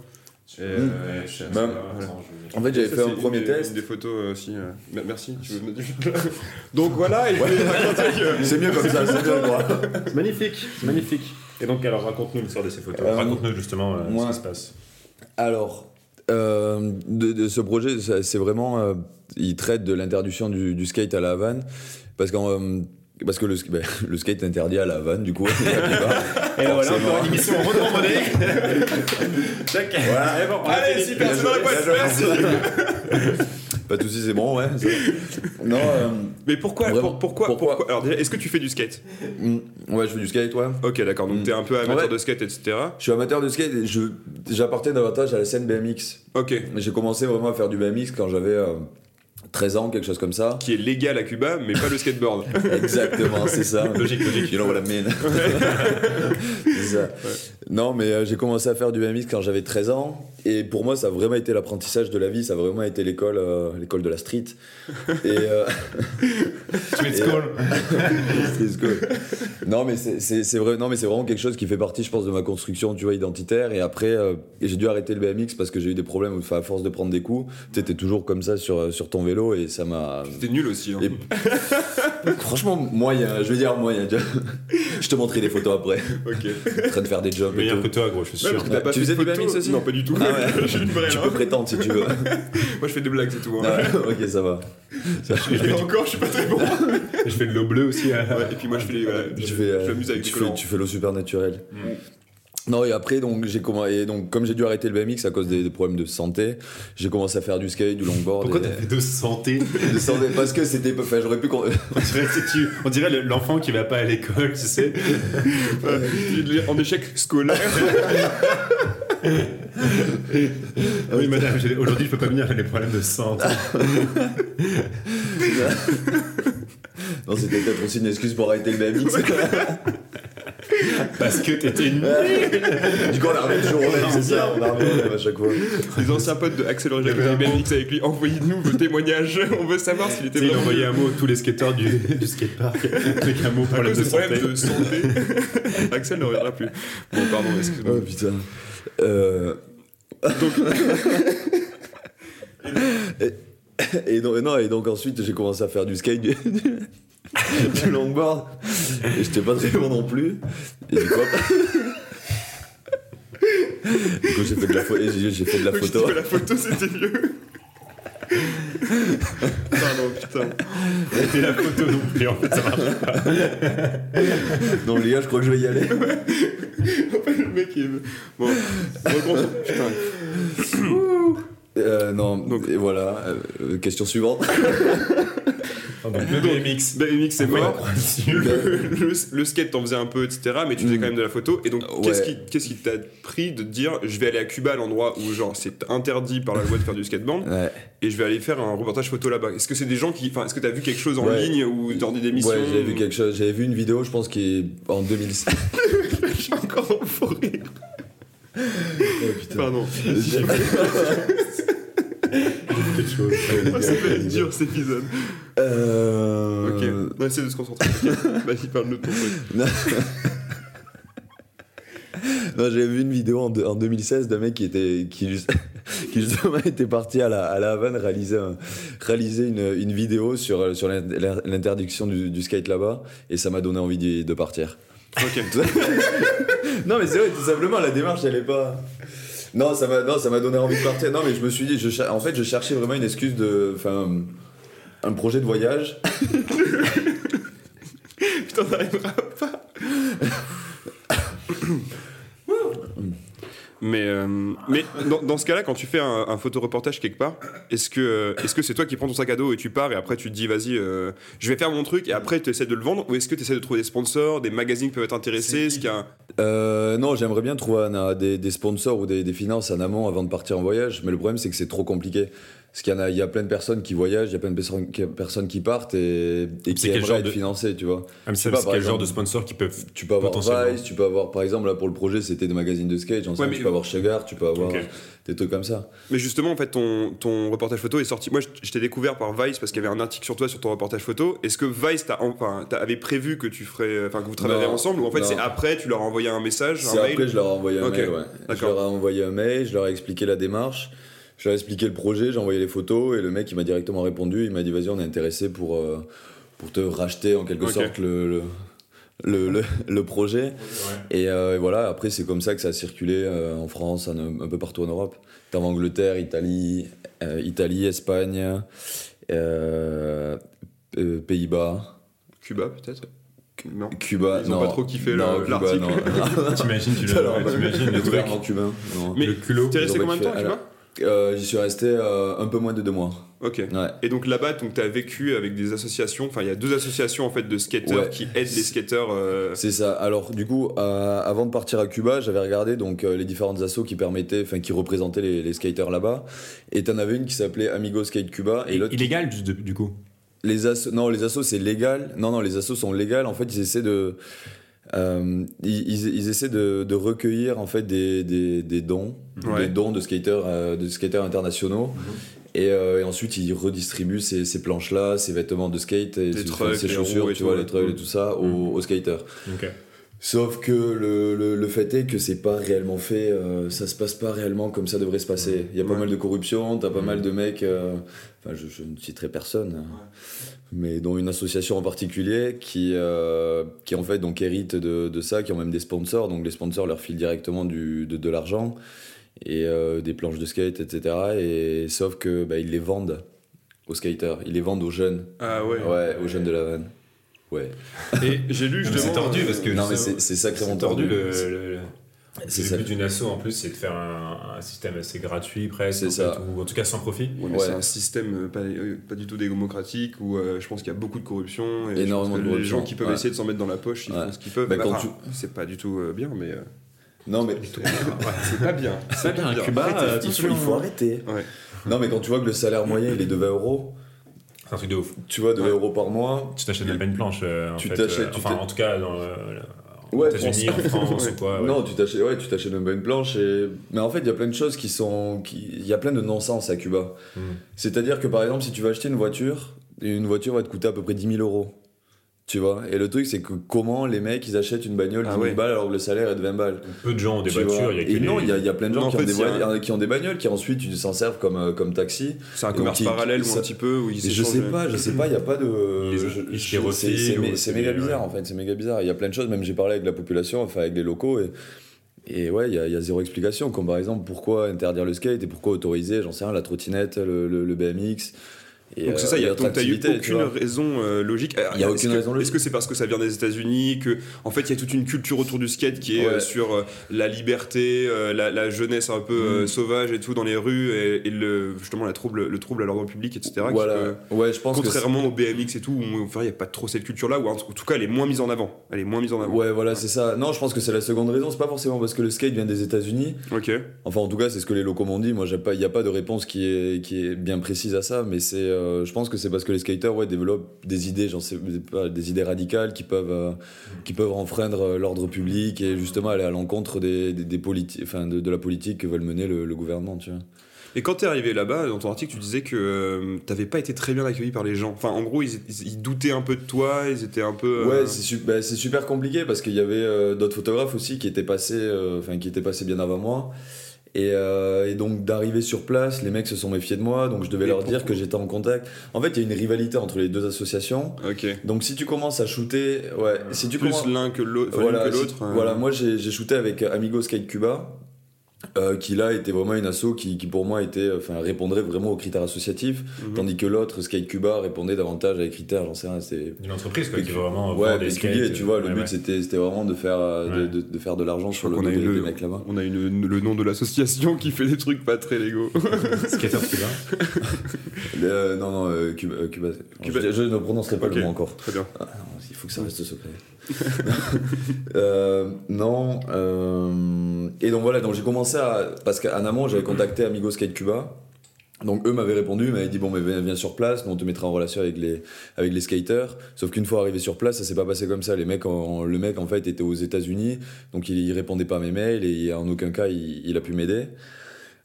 S3: Je-
S1: Et,
S3: euh, je-
S1: Ah,
S2: Bah,
S3: voilà.
S2: En fait, j'avais
S1: Ça,
S2: fait
S1: c'est
S2: un
S1: une
S2: premier
S1: des-
S2: test.
S1: une des photos euh, aussi. euh, mer- Merci. tu veux me dire. Donc voilà. il fait raconter que-
S2: C'est mieux comme ça, c'est mieux, quoi.
S3: C'est Ah, magnifique, c'est magnifique. Et donc, alors, raconte-nous l'histoire de ces photos.
S2: Euh,
S3: raconte-nous justement euh,
S2: moi-
S3: ce qui se passe.
S2: Alors, euh, de, de ce projet, ça- c'est vraiment. euh, il traite de l'interdiction du, du skate à la Havane. Parce, qu'en, euh, parce que le, sk- ben, le skate est interdit à la Havane, du coup. il y a plus bas.
S3: Et voilà,
S2: Forcément.
S3: encore une émission retour modé. Check.
S2: Voilà.
S3: Et bon, on a
S1: Allez,
S3: fini.
S1: super. C'est dans la
S2: Bien
S1: boîte.
S2: joué, bien
S1: Merci.
S2: joué. Pas de soucis, c'est bon, ouais. c'est bon. Non, euh,
S1: Mais pourquoi,
S2: Vraiment.
S1: pour- pourquoi, pourquoi,
S2: Pourquoi
S1: Alors déjà, est-ce que tu fais du skate
S2: mm, ouais, je fais du skate, ouais.
S1: Ok, d'accord. Donc
S2: Mm.
S1: t'es un peu amateur
S2: Ouais.
S1: de skate, etc.
S2: Je suis amateur de skate et je- j'appartiens davantage à la scène BMX.
S1: Ok.
S2: J'ai commencé vraiment à faire du BMX quand j'avais euh, 13 ans, quelque chose comme ça.
S1: Qui est légal à Cuba, mais pas le skateboard.
S2: Exactement, c'est ça.
S3: Logique, logique.
S2: You know what I mean. C'est ça. Non, mais euh, j'ai commencé à faire du BMX quand j'avais 13 ans. Et pour moi, ça a vraiment été l'apprentissage de la vie. Ça a vraiment été l'école, euh, l'école de la street. Et, euh,
S3: Sweet
S2: Et-
S3: school.
S1: euh,
S2: Let's go. Non, mais c'est- c'est c'est vrai. Non, mais c'est vraiment quelque chose qui fait partie, je pense, de ma construction, tu vois, identitaire. Et après, euh, et j'ai dû arrêter le BMX parce que j'ai eu des problèmes. Enfin, à force de prendre des coups, tu sais, t'es toujours comme ça sur sur ton vélo et ça m'a.
S1: T'es nul aussi. hein.
S2: Et- Franchement, moyen. Je veux dire moyen. tu vois. je te montrerai des photos après.
S1: Ok.
S2: En train de faire des jumps. et
S3: Meilleur
S2: tout.
S3: que toi, gros, je suis
S1: Ouais,
S3: sûr.
S1: parce que t'as
S2: Ouais.
S1: pas
S2: Tu
S1: fait
S2: faisais
S1: de
S2: du
S1: photos
S2: BMX aussi
S1: Non, pas du tout.
S2: Ah ouais.
S1: J'ai une vraie,
S2: Tu
S1: là.
S2: peux prétendre si tu veux.
S1: Moi, je fais des blagues, c'est tout. hein.
S2: Ah, ok, ça va.
S1: Et encore, je suis pas très bon.
S3: Et je fais de l'eau bleue aussi. hein.
S1: Ouais, et puis moi, je fais les. voilà,
S2: tu
S1: je-
S2: fais,
S1: je
S2: euh,
S1: m'amuse avec
S2: tu
S1: du
S2: fais,
S1: collant.
S2: tu fais l'eau super naturelle.
S3: Mm.
S2: Non, et après, donc, j'ai commen- et donc, comme j'ai dû arrêter le BMX à cause des, des problèmes de santé, j'ai commencé à faire du skate, du longboard.
S3: Pourquoi
S2: et-
S3: t'as fait
S1: euh,
S3: de santé
S2: de santé, Parce que c'était. Enfin, j'aurais pu. con-
S3: On dirait, tu sais, tu- on dirait le- l'enfant qui va pas à l'école, tu sais.
S1: Euh, il est En échec scolaire. Ah
S3: Oui, madame, j'ai- aujourd'hui je peux pas venir, j'ai des problèmes de santé.
S2: non, c'était peut-être aussi une excuse pour arrêter le BMX.
S3: Parce que t'étais une.
S2: du coup, on a remis le jour au même, c'est ça, on a remis au même à chaque fois.
S1: Les anciens potes de Axel Roger qui
S3: Il y avait
S1: étaient
S3: un
S1: BMX avec lui, envoyez-nous vos témoignages. On veut savoir s'il était
S3: Tu sais, il
S1: vraiment
S3: envoyait un mot à tous les skateurs du, du skatepark avec un mot
S1: À
S3: problème
S1: cause
S3: de
S1: de problèmes de santé.
S3: santé.
S1: Axel ne reviendra plus. Bon, pardon, excuse-moi.
S2: Oh putain. Euh, et, et donc, non, et donc ensuite j'ai commencé à faire du skate, du, du- du longboard. Et j'étais pas très bon non plus. Et du coup, après- Du coup, j'ai fait de la, pho- et j'ai- j'ai fait de la
S1: Donc, je
S2: photo.
S1: dis que la photo, c'était vieux. Pardon, putain.
S3: Et la photo non plus, en
S2: Ah,
S3: fait, ça marche.
S2: Donc, les gars, je crois que je vais y aller.
S1: Le mec, il est... Bon, reconcentre. Putain.
S2: Euh, non,
S1: Donc-
S2: et voilà. euh, question suivante.
S3: Donc,
S1: bah,
S3: le BMX.
S1: BMX, c'est mort.
S3: Ouais.
S1: le, le- le skate, t'en faisais un peu, etc. Mais tu faisais quand même de la photo. Et donc,
S2: Ouais.
S1: qu'est-ce qui qu'est-ce qui t'a pris de te dire je vais aller à Cuba, l'endroit où genre c'est interdit par la loi de faire du skateboard,
S2: Ouais.
S1: et je vais aller faire un reportage photo là-bas Est-ce que c'est des gens qui. Enfin, est-ce que t'as vu quelque chose en
S2: Ouais.
S1: ligne ou dans des émissions
S2: Ouais, j'avais vu quelque chose. J'avais vu une vidéo, je pense, qui est en 2007.
S1: Je suis encore en forêt. Oh, Pardon. Oh,
S3: Quelque chose.
S1: Ah, ça va être dur cet épisode. Ok,
S2: euh...
S1: on essaie de se concentrer. Ok, Vas-y, parle-nous de ton truc.
S2: Non, j'avais vu une vidéo en, de- en 2016 d'un mec qui était qui, juste- qui justement était parti à la, à la Havane réaliser, un- réaliser une, une vidéo sur, euh, sur l'in- l'in- l'interdiction du, du skate là-bas et ça m'a donné envie d'y- de partir.
S1: Ok.
S2: Non mais c'est vrai, tout simplement la démarche elle est pas. Non, ça m'a non, ça m'a donné envie de partir. Non mais je me suis dit, je cher- en fait je cherchais vraiment une excuse de, enfin un projet de voyage.
S1: Putain, on arrivera pas. mais euh, mais dans, dans ce cas-là, quand tu fais un, un photoreportage quelque part, est-ce que euh, est-ce que c'est toi qui prends ton sac à dos et tu pars et après tu te dis vas-y, euh, je vais faire mon truc et après tu essaies de le vendre ou est-ce que tu essaies de trouver des sponsors, des magazines qui peuvent être intéressés, ce qu'il y a un-
S2: Euh, non, j'aimerais bien trouver un- euh, des, des sponsors ou des, des finances en amont avant de partir en voyage, mais le problème c'est que c'est trop compliqué. Parce qu'il y, en a, il y a plein de personnes qui voyagent, il y a plein de personnes qui, personnes qui partent et, et qui
S3: quel genre
S2: aimeraient être
S3: de-
S2: financées, tu vois.
S3: Même
S2: sais
S3: si
S2: pas,
S3: c'est hein.
S2: par
S3: quel genre
S2: exemple.
S3: de sponsor qui peuvent.
S2: Tu peux avoir
S3: Potentiellement.
S2: Vice, tu peux avoir, par exemple, là pour le projet c'était des magazines de skate, j'en sais
S1: Ouais,
S2: rien,
S1: mais-
S2: tu peux avoir Sugar, tu peux avoir
S3: Ok.
S2: des trucs comme ça.
S1: Mais justement, en fait, ton, ton reportage photo est sorti. Moi, je, je t'ai découvert par Vice parce qu'il y avait un article sur toi sur ton reportage photo. Est-ce que Vice t'a, enfin, t'a- avait prévu que tu ferais, euh, enfin, que vous travailleriez
S2: Non,
S1: ensemble ou en fait
S2: non.
S1: c'est après tu leur as envoyé un message, un
S2: C'est après,
S1: mail
S2: je leur ai envoyé un
S1: Ok,
S2: mail, ouais. Je
S1: d'accord.
S2: leur ai envoyé un mail, je leur ai expliqué la démarche, je leur ai expliqué le projet, j'ai envoyé les photos et le mec il m'a directement répondu, il m'a dit vas-y on est intéressé pour, euh, pour te racheter en quelque
S1: Ok.
S2: sorte le, le, le, le- le projet. Et, euh, et voilà, après c'est comme ça que ça a circulé euh, en France, en- un peu partout en Europe. T'es en Angleterre, Italie, euh, Italie Espagne, euh, euh, Pays-Bas.
S1: Cuba peut-être Non.
S2: Cuba,
S1: Ils ont
S2: non.
S1: pas trop kiffé le-
S2: Non, Cuba,
S1: l'article.
S2: non.
S3: T'imagines, tu
S2: Alors,
S3: le, t'imagines le truc.
S2: gouvernement cubain. non.
S1: Mais
S3: Le culot.
S1: t'es resté
S2: Ils ont
S1: combien de
S2: pas
S1: temps à
S2: kiffé.
S1: Cuba
S2: Euh, J'y suis resté euh, un peu moins de deux mois.
S1: Ok.
S2: Ouais.
S1: Et donc là-bas, donc t'as vécu avec des associations. Enfin, il y a deux associations en fait de skateurs
S2: Ouais.
S1: qui aident les skateurs. euh,
S2: C'est ça. Alors du coup, euh, avant de partir à Cuba, j'avais regardé donc euh, les différentes assos qui permettaient, enfin qui représentaient les, les skaters là-bas. Et t'en avais une qui s'appelait Amigo Skate Cuba et l'autre.
S3: Illégal, du, du coup.
S2: Les assos, non, les assos c'est légal. Non, non, les assos sont légales. En fait, ils essaient de, euh, ils, ils- ils essaient de, de recueillir en fait des, des, des dons,
S1: Ouais. Mhm.
S2: des dons de skateurs, euh, de skateurs internationaux. Et, euh, et ensuite, ils redistribuent ces, ces planches-là, ces vêtements de skate, et
S1: Les
S2: ces,
S1: trucks,
S2: ces
S1: les
S2: chaussures,
S1: roues et
S2: tu
S1: tout,
S2: vois,
S1: ouais. Mhm.
S2: les trucks et tout ça, aux, aux skateurs.
S3: Ok.
S2: Sauf que le, le, le fait est que c'est pas réellement fait, euh, ça se passe pas réellement comme ça devrait se passer. Il y a pas
S1: Ouais.
S2: mal de corruption, t'as pas mal de mecs, euh, enfin je, je ne citerai personne, hein. mais dont une association en particulier qui, euh, qui en fait donc hérite de, de ça, qui ont même des sponsors, donc les sponsors leur filent directement du, de, de l'argent et euh, des planches de skate, etc. Et sauf que bah, ils les vendent aux skaters, ils les vendent aux jeunes,
S1: Ah ouais.
S2: ouais, aux jeunes de la vanne. Ouais.
S1: Et j'ai lu justement. euh,
S3: C'est tordu parce que.
S2: non mais c'est
S3: justement,
S2: c'est sacrément
S3: c'est tordu.
S2: tordu.
S3: Le, le- le-
S2: C'est
S3: le
S2: ça.
S3: but d'une asso en plus, c'est de faire un, un système assez gratuit presque.
S2: C'est
S3: en
S2: ça.
S3: fait, Ou en tout cas sans profit.
S1: Ouais, mais
S2: Ouais.
S1: C'est un système euh, pas, euh, pas du tout démocratique où euh, je pense qu'il y a beaucoup de corruption. Et je
S2: Énormément
S1: pense que
S2: de
S1: Les
S2: corruption,
S1: gens qui peuvent
S2: ouais.
S1: essayer de s'en mettre dans la poche, ils
S2: Ouais.
S1: font ce qu'ils peuvent.
S2: Bah, quand
S1: enfin, C'est pas du tout euh, bien, mais. euh,
S2: Non mais
S1: c'est pas bien. C'est
S3: bien, Cuba,
S1: Arrêtez.
S3: euh,
S2: il faut, il faut arrêter.
S1: Ouais.
S2: Non mais quand tu vois que le salaire moyen il est de 20 euros,
S3: C'est un truc de ouf.
S2: tu vois 2
S1: Ouais.
S2: euros par mois.
S3: Tu t'achètes même pas une planche. euh, en
S2: Tu
S3: fait,
S2: t'achètes,
S3: euh,
S2: tu
S3: Enfin,
S2: t'es-
S3: en tout cas, dans. euh, la- aux
S2: Ouais,
S3: États-Unis, en France ou quoi. ouais.
S2: Non, tu t'achètes, ouais, tu t'achètes même pas une planche. Et... Mais en fait, il y a plein de choses qui sont, qui- il y a plein de non-sens à Cuba.
S3: Mm.
S2: C'est-à-dire que par exemple, si tu vas acheter une voiture, une voiture va te coûter à peu près 10 000 euros. Tu vois. Et le truc, c'est que comment les mecs ils achètent une bagnole
S1: Ah
S2: 10 000
S1: ouais.
S2: balles alors que le salaire est de 20 balles.
S3: Peu de gens ont des
S2: Tu
S3: voitures.
S2: vois.
S3: Il y a que
S2: et non,
S3: les-
S2: il y, a- il y a plein de gens
S1: Non, en
S2: qui,
S1: fait,
S2: ont des
S1: il y a
S2: voy- qui ont des bagnoles qui ensuite ils s'en servent comme, euh, comme taxi.
S1: C'est un
S2: Et
S1: commerce
S2: donc, il-
S1: parallèle ou
S2: ça-
S1: un petit peu où euh, ils
S2: Mais je sais
S1: s'échangent-
S2: pas, je sais pas, il n'y a pas de.
S3: Les-
S2: je-
S3: ils se
S2: je-
S3: les
S2: c'est- c'est mé-
S3: refilent ou
S2: C'est
S3: c'est
S2: méga
S3: des-
S2: bizarre
S3: ouais.
S2: en fait, c'est méga bizarre. Il y a plein de choses, même j'ai parlé avec la population, enfin avec les locaux, et Et ouais, il y, a- il y a zéro explication. Comme par exemple, pourquoi interdire le skate et pourquoi autoriser, j'en sais rien, la trottinette, le, le- le BMX. Et,
S1: Donc c'est
S2: euh,
S1: ça, il y
S2: et
S1: a
S2: autres
S1: donc t'as eu
S2: activités, tu
S1: aucune
S2: vois.
S1: raison euh, logique. Alors,
S2: Il y a
S1: est-ce
S2: aucune
S1: que-
S2: raison logique.
S1: Est-ce que c'est parce que ça vient des États-Unis que, en fait, il y a toute une culture autour du skate qui est euh,
S2: Ouais.
S1: sur euh, la liberté, euh, la, la jeunesse un peu
S2: Mm.
S1: euh, sauvage et tout dans les rues et, et le, justement la trouble, le trouble à l'ordre public, etc. qui
S2: Voilà.
S1: peut-
S2: Ouais, je pense que c'est-
S1: contrairement au BMX et tout, où enfin, il n'y a pas trop cette culture-là, ou en en tout cas, elle est moins mise en avant. Elle est moins mise en avant.
S2: Ouais, voilà, c'est ça. Non, je pense que c'est la seconde raison. C'est pas forcément parce que le skate vient des États-Unis.
S1: Ok.
S2: Enfin, en tout cas, c'est ce que les locaux m'ont dit. Moi, j'ai pas- il n'y a pas de réponse qui est, qui est bien précise à ça, mais c'est, euh, je pense que c'est parce que les skaters ouais, développent des idées, j'en sais pas, des idées radicales qui peuvent, euh, qui peuvent enfreindre euh, l'ordre public et justement aller à l'encontre des, des, des politi- enfin, de, de la politique que veulent mener le, le gouvernement, tu vois.
S1: Et quand t'es arrivé là-bas, dans ton article, tu disais que euh, t'avais pas été très bien accueilli par les gens. Enfin, en gros, ils, ils- ils doutaient un peu de toi, ils étaient un peu. euh,
S2: Ouais, c'est su- bah, c'est super compliqué parce qu'il y avait euh, d'autres photographes aussi qui étaient passés, euh, enfin qui étaient passés bien avant moi. Et, euh, et donc d'arriver sur place, les mecs se sont méfiés de moi, donc je devais
S1: Mais
S2: leur dire
S1: pourquoi
S2: que j'étais en contact. En fait, il y a une rivalité entre les deux associations.
S1: Ok.
S2: Donc si tu commences à shooter, ouais, si tu
S1: Euh, Plus
S2: commences,
S1: l'un que l'autre. enfin, l'une
S2: voilà,
S1: que
S2: si-
S1: l'autre, euh,
S2: voilà, moi j'ai j'ai shooté avec Amigo Skate Cuba, euh, qui là était vraiment une asso qui, qui pour moi était, enfin répondrait vraiment aux critères associatifs,
S1: mhm.
S2: tandis que l'autre Skate Cuba répondait davantage à des critères, j'en sais rien, c'est
S3: D'une entreprise, quoi, qui veut vraiment.
S2: Ouais,
S3: vendre des
S2: particulier,
S3: skates, euh,
S2: tu vois, le
S3: ouais,
S2: but
S3: ouais.
S2: c'était c'était vraiment de faire, euh, de-
S3: Ouais.
S2: de, de faire de l'argent
S1: crois
S2: sur le
S1: qu'on
S2: dos
S1: a eu
S2: des,
S1: le-
S2: des mecs là-bas.
S1: On a une- le nom de l'association qui fait des trucs pas très légaux.
S3: Skater cubain.
S2: Euh, non, non, euh, Cuba. euh, Cuba, c'est-
S1: Cuba-
S2: Je, je ne prononcerai pas
S1: Ok.
S2: le mot encore.
S1: très bien.
S2: Ah, non, il faut que ça reste secret. Euh, non, euh, et donc voilà, donc j'ai commencé à. Parce qu'en amont, j'avais contacté Amigo Skate Cuba. Donc eux m'avaient répondu, ils m'avaient dit bon mais viens, viens sur place, nous on te mettra en relation avec les avec les skaters. Sauf qu'une fois arrivé sur place, ça s'est pas passé comme ça. Les mecs, en- le mec en fait était aux États-Unis, donc il, il répondait pas à mes mails et en aucun cas il, il a pu m'aider.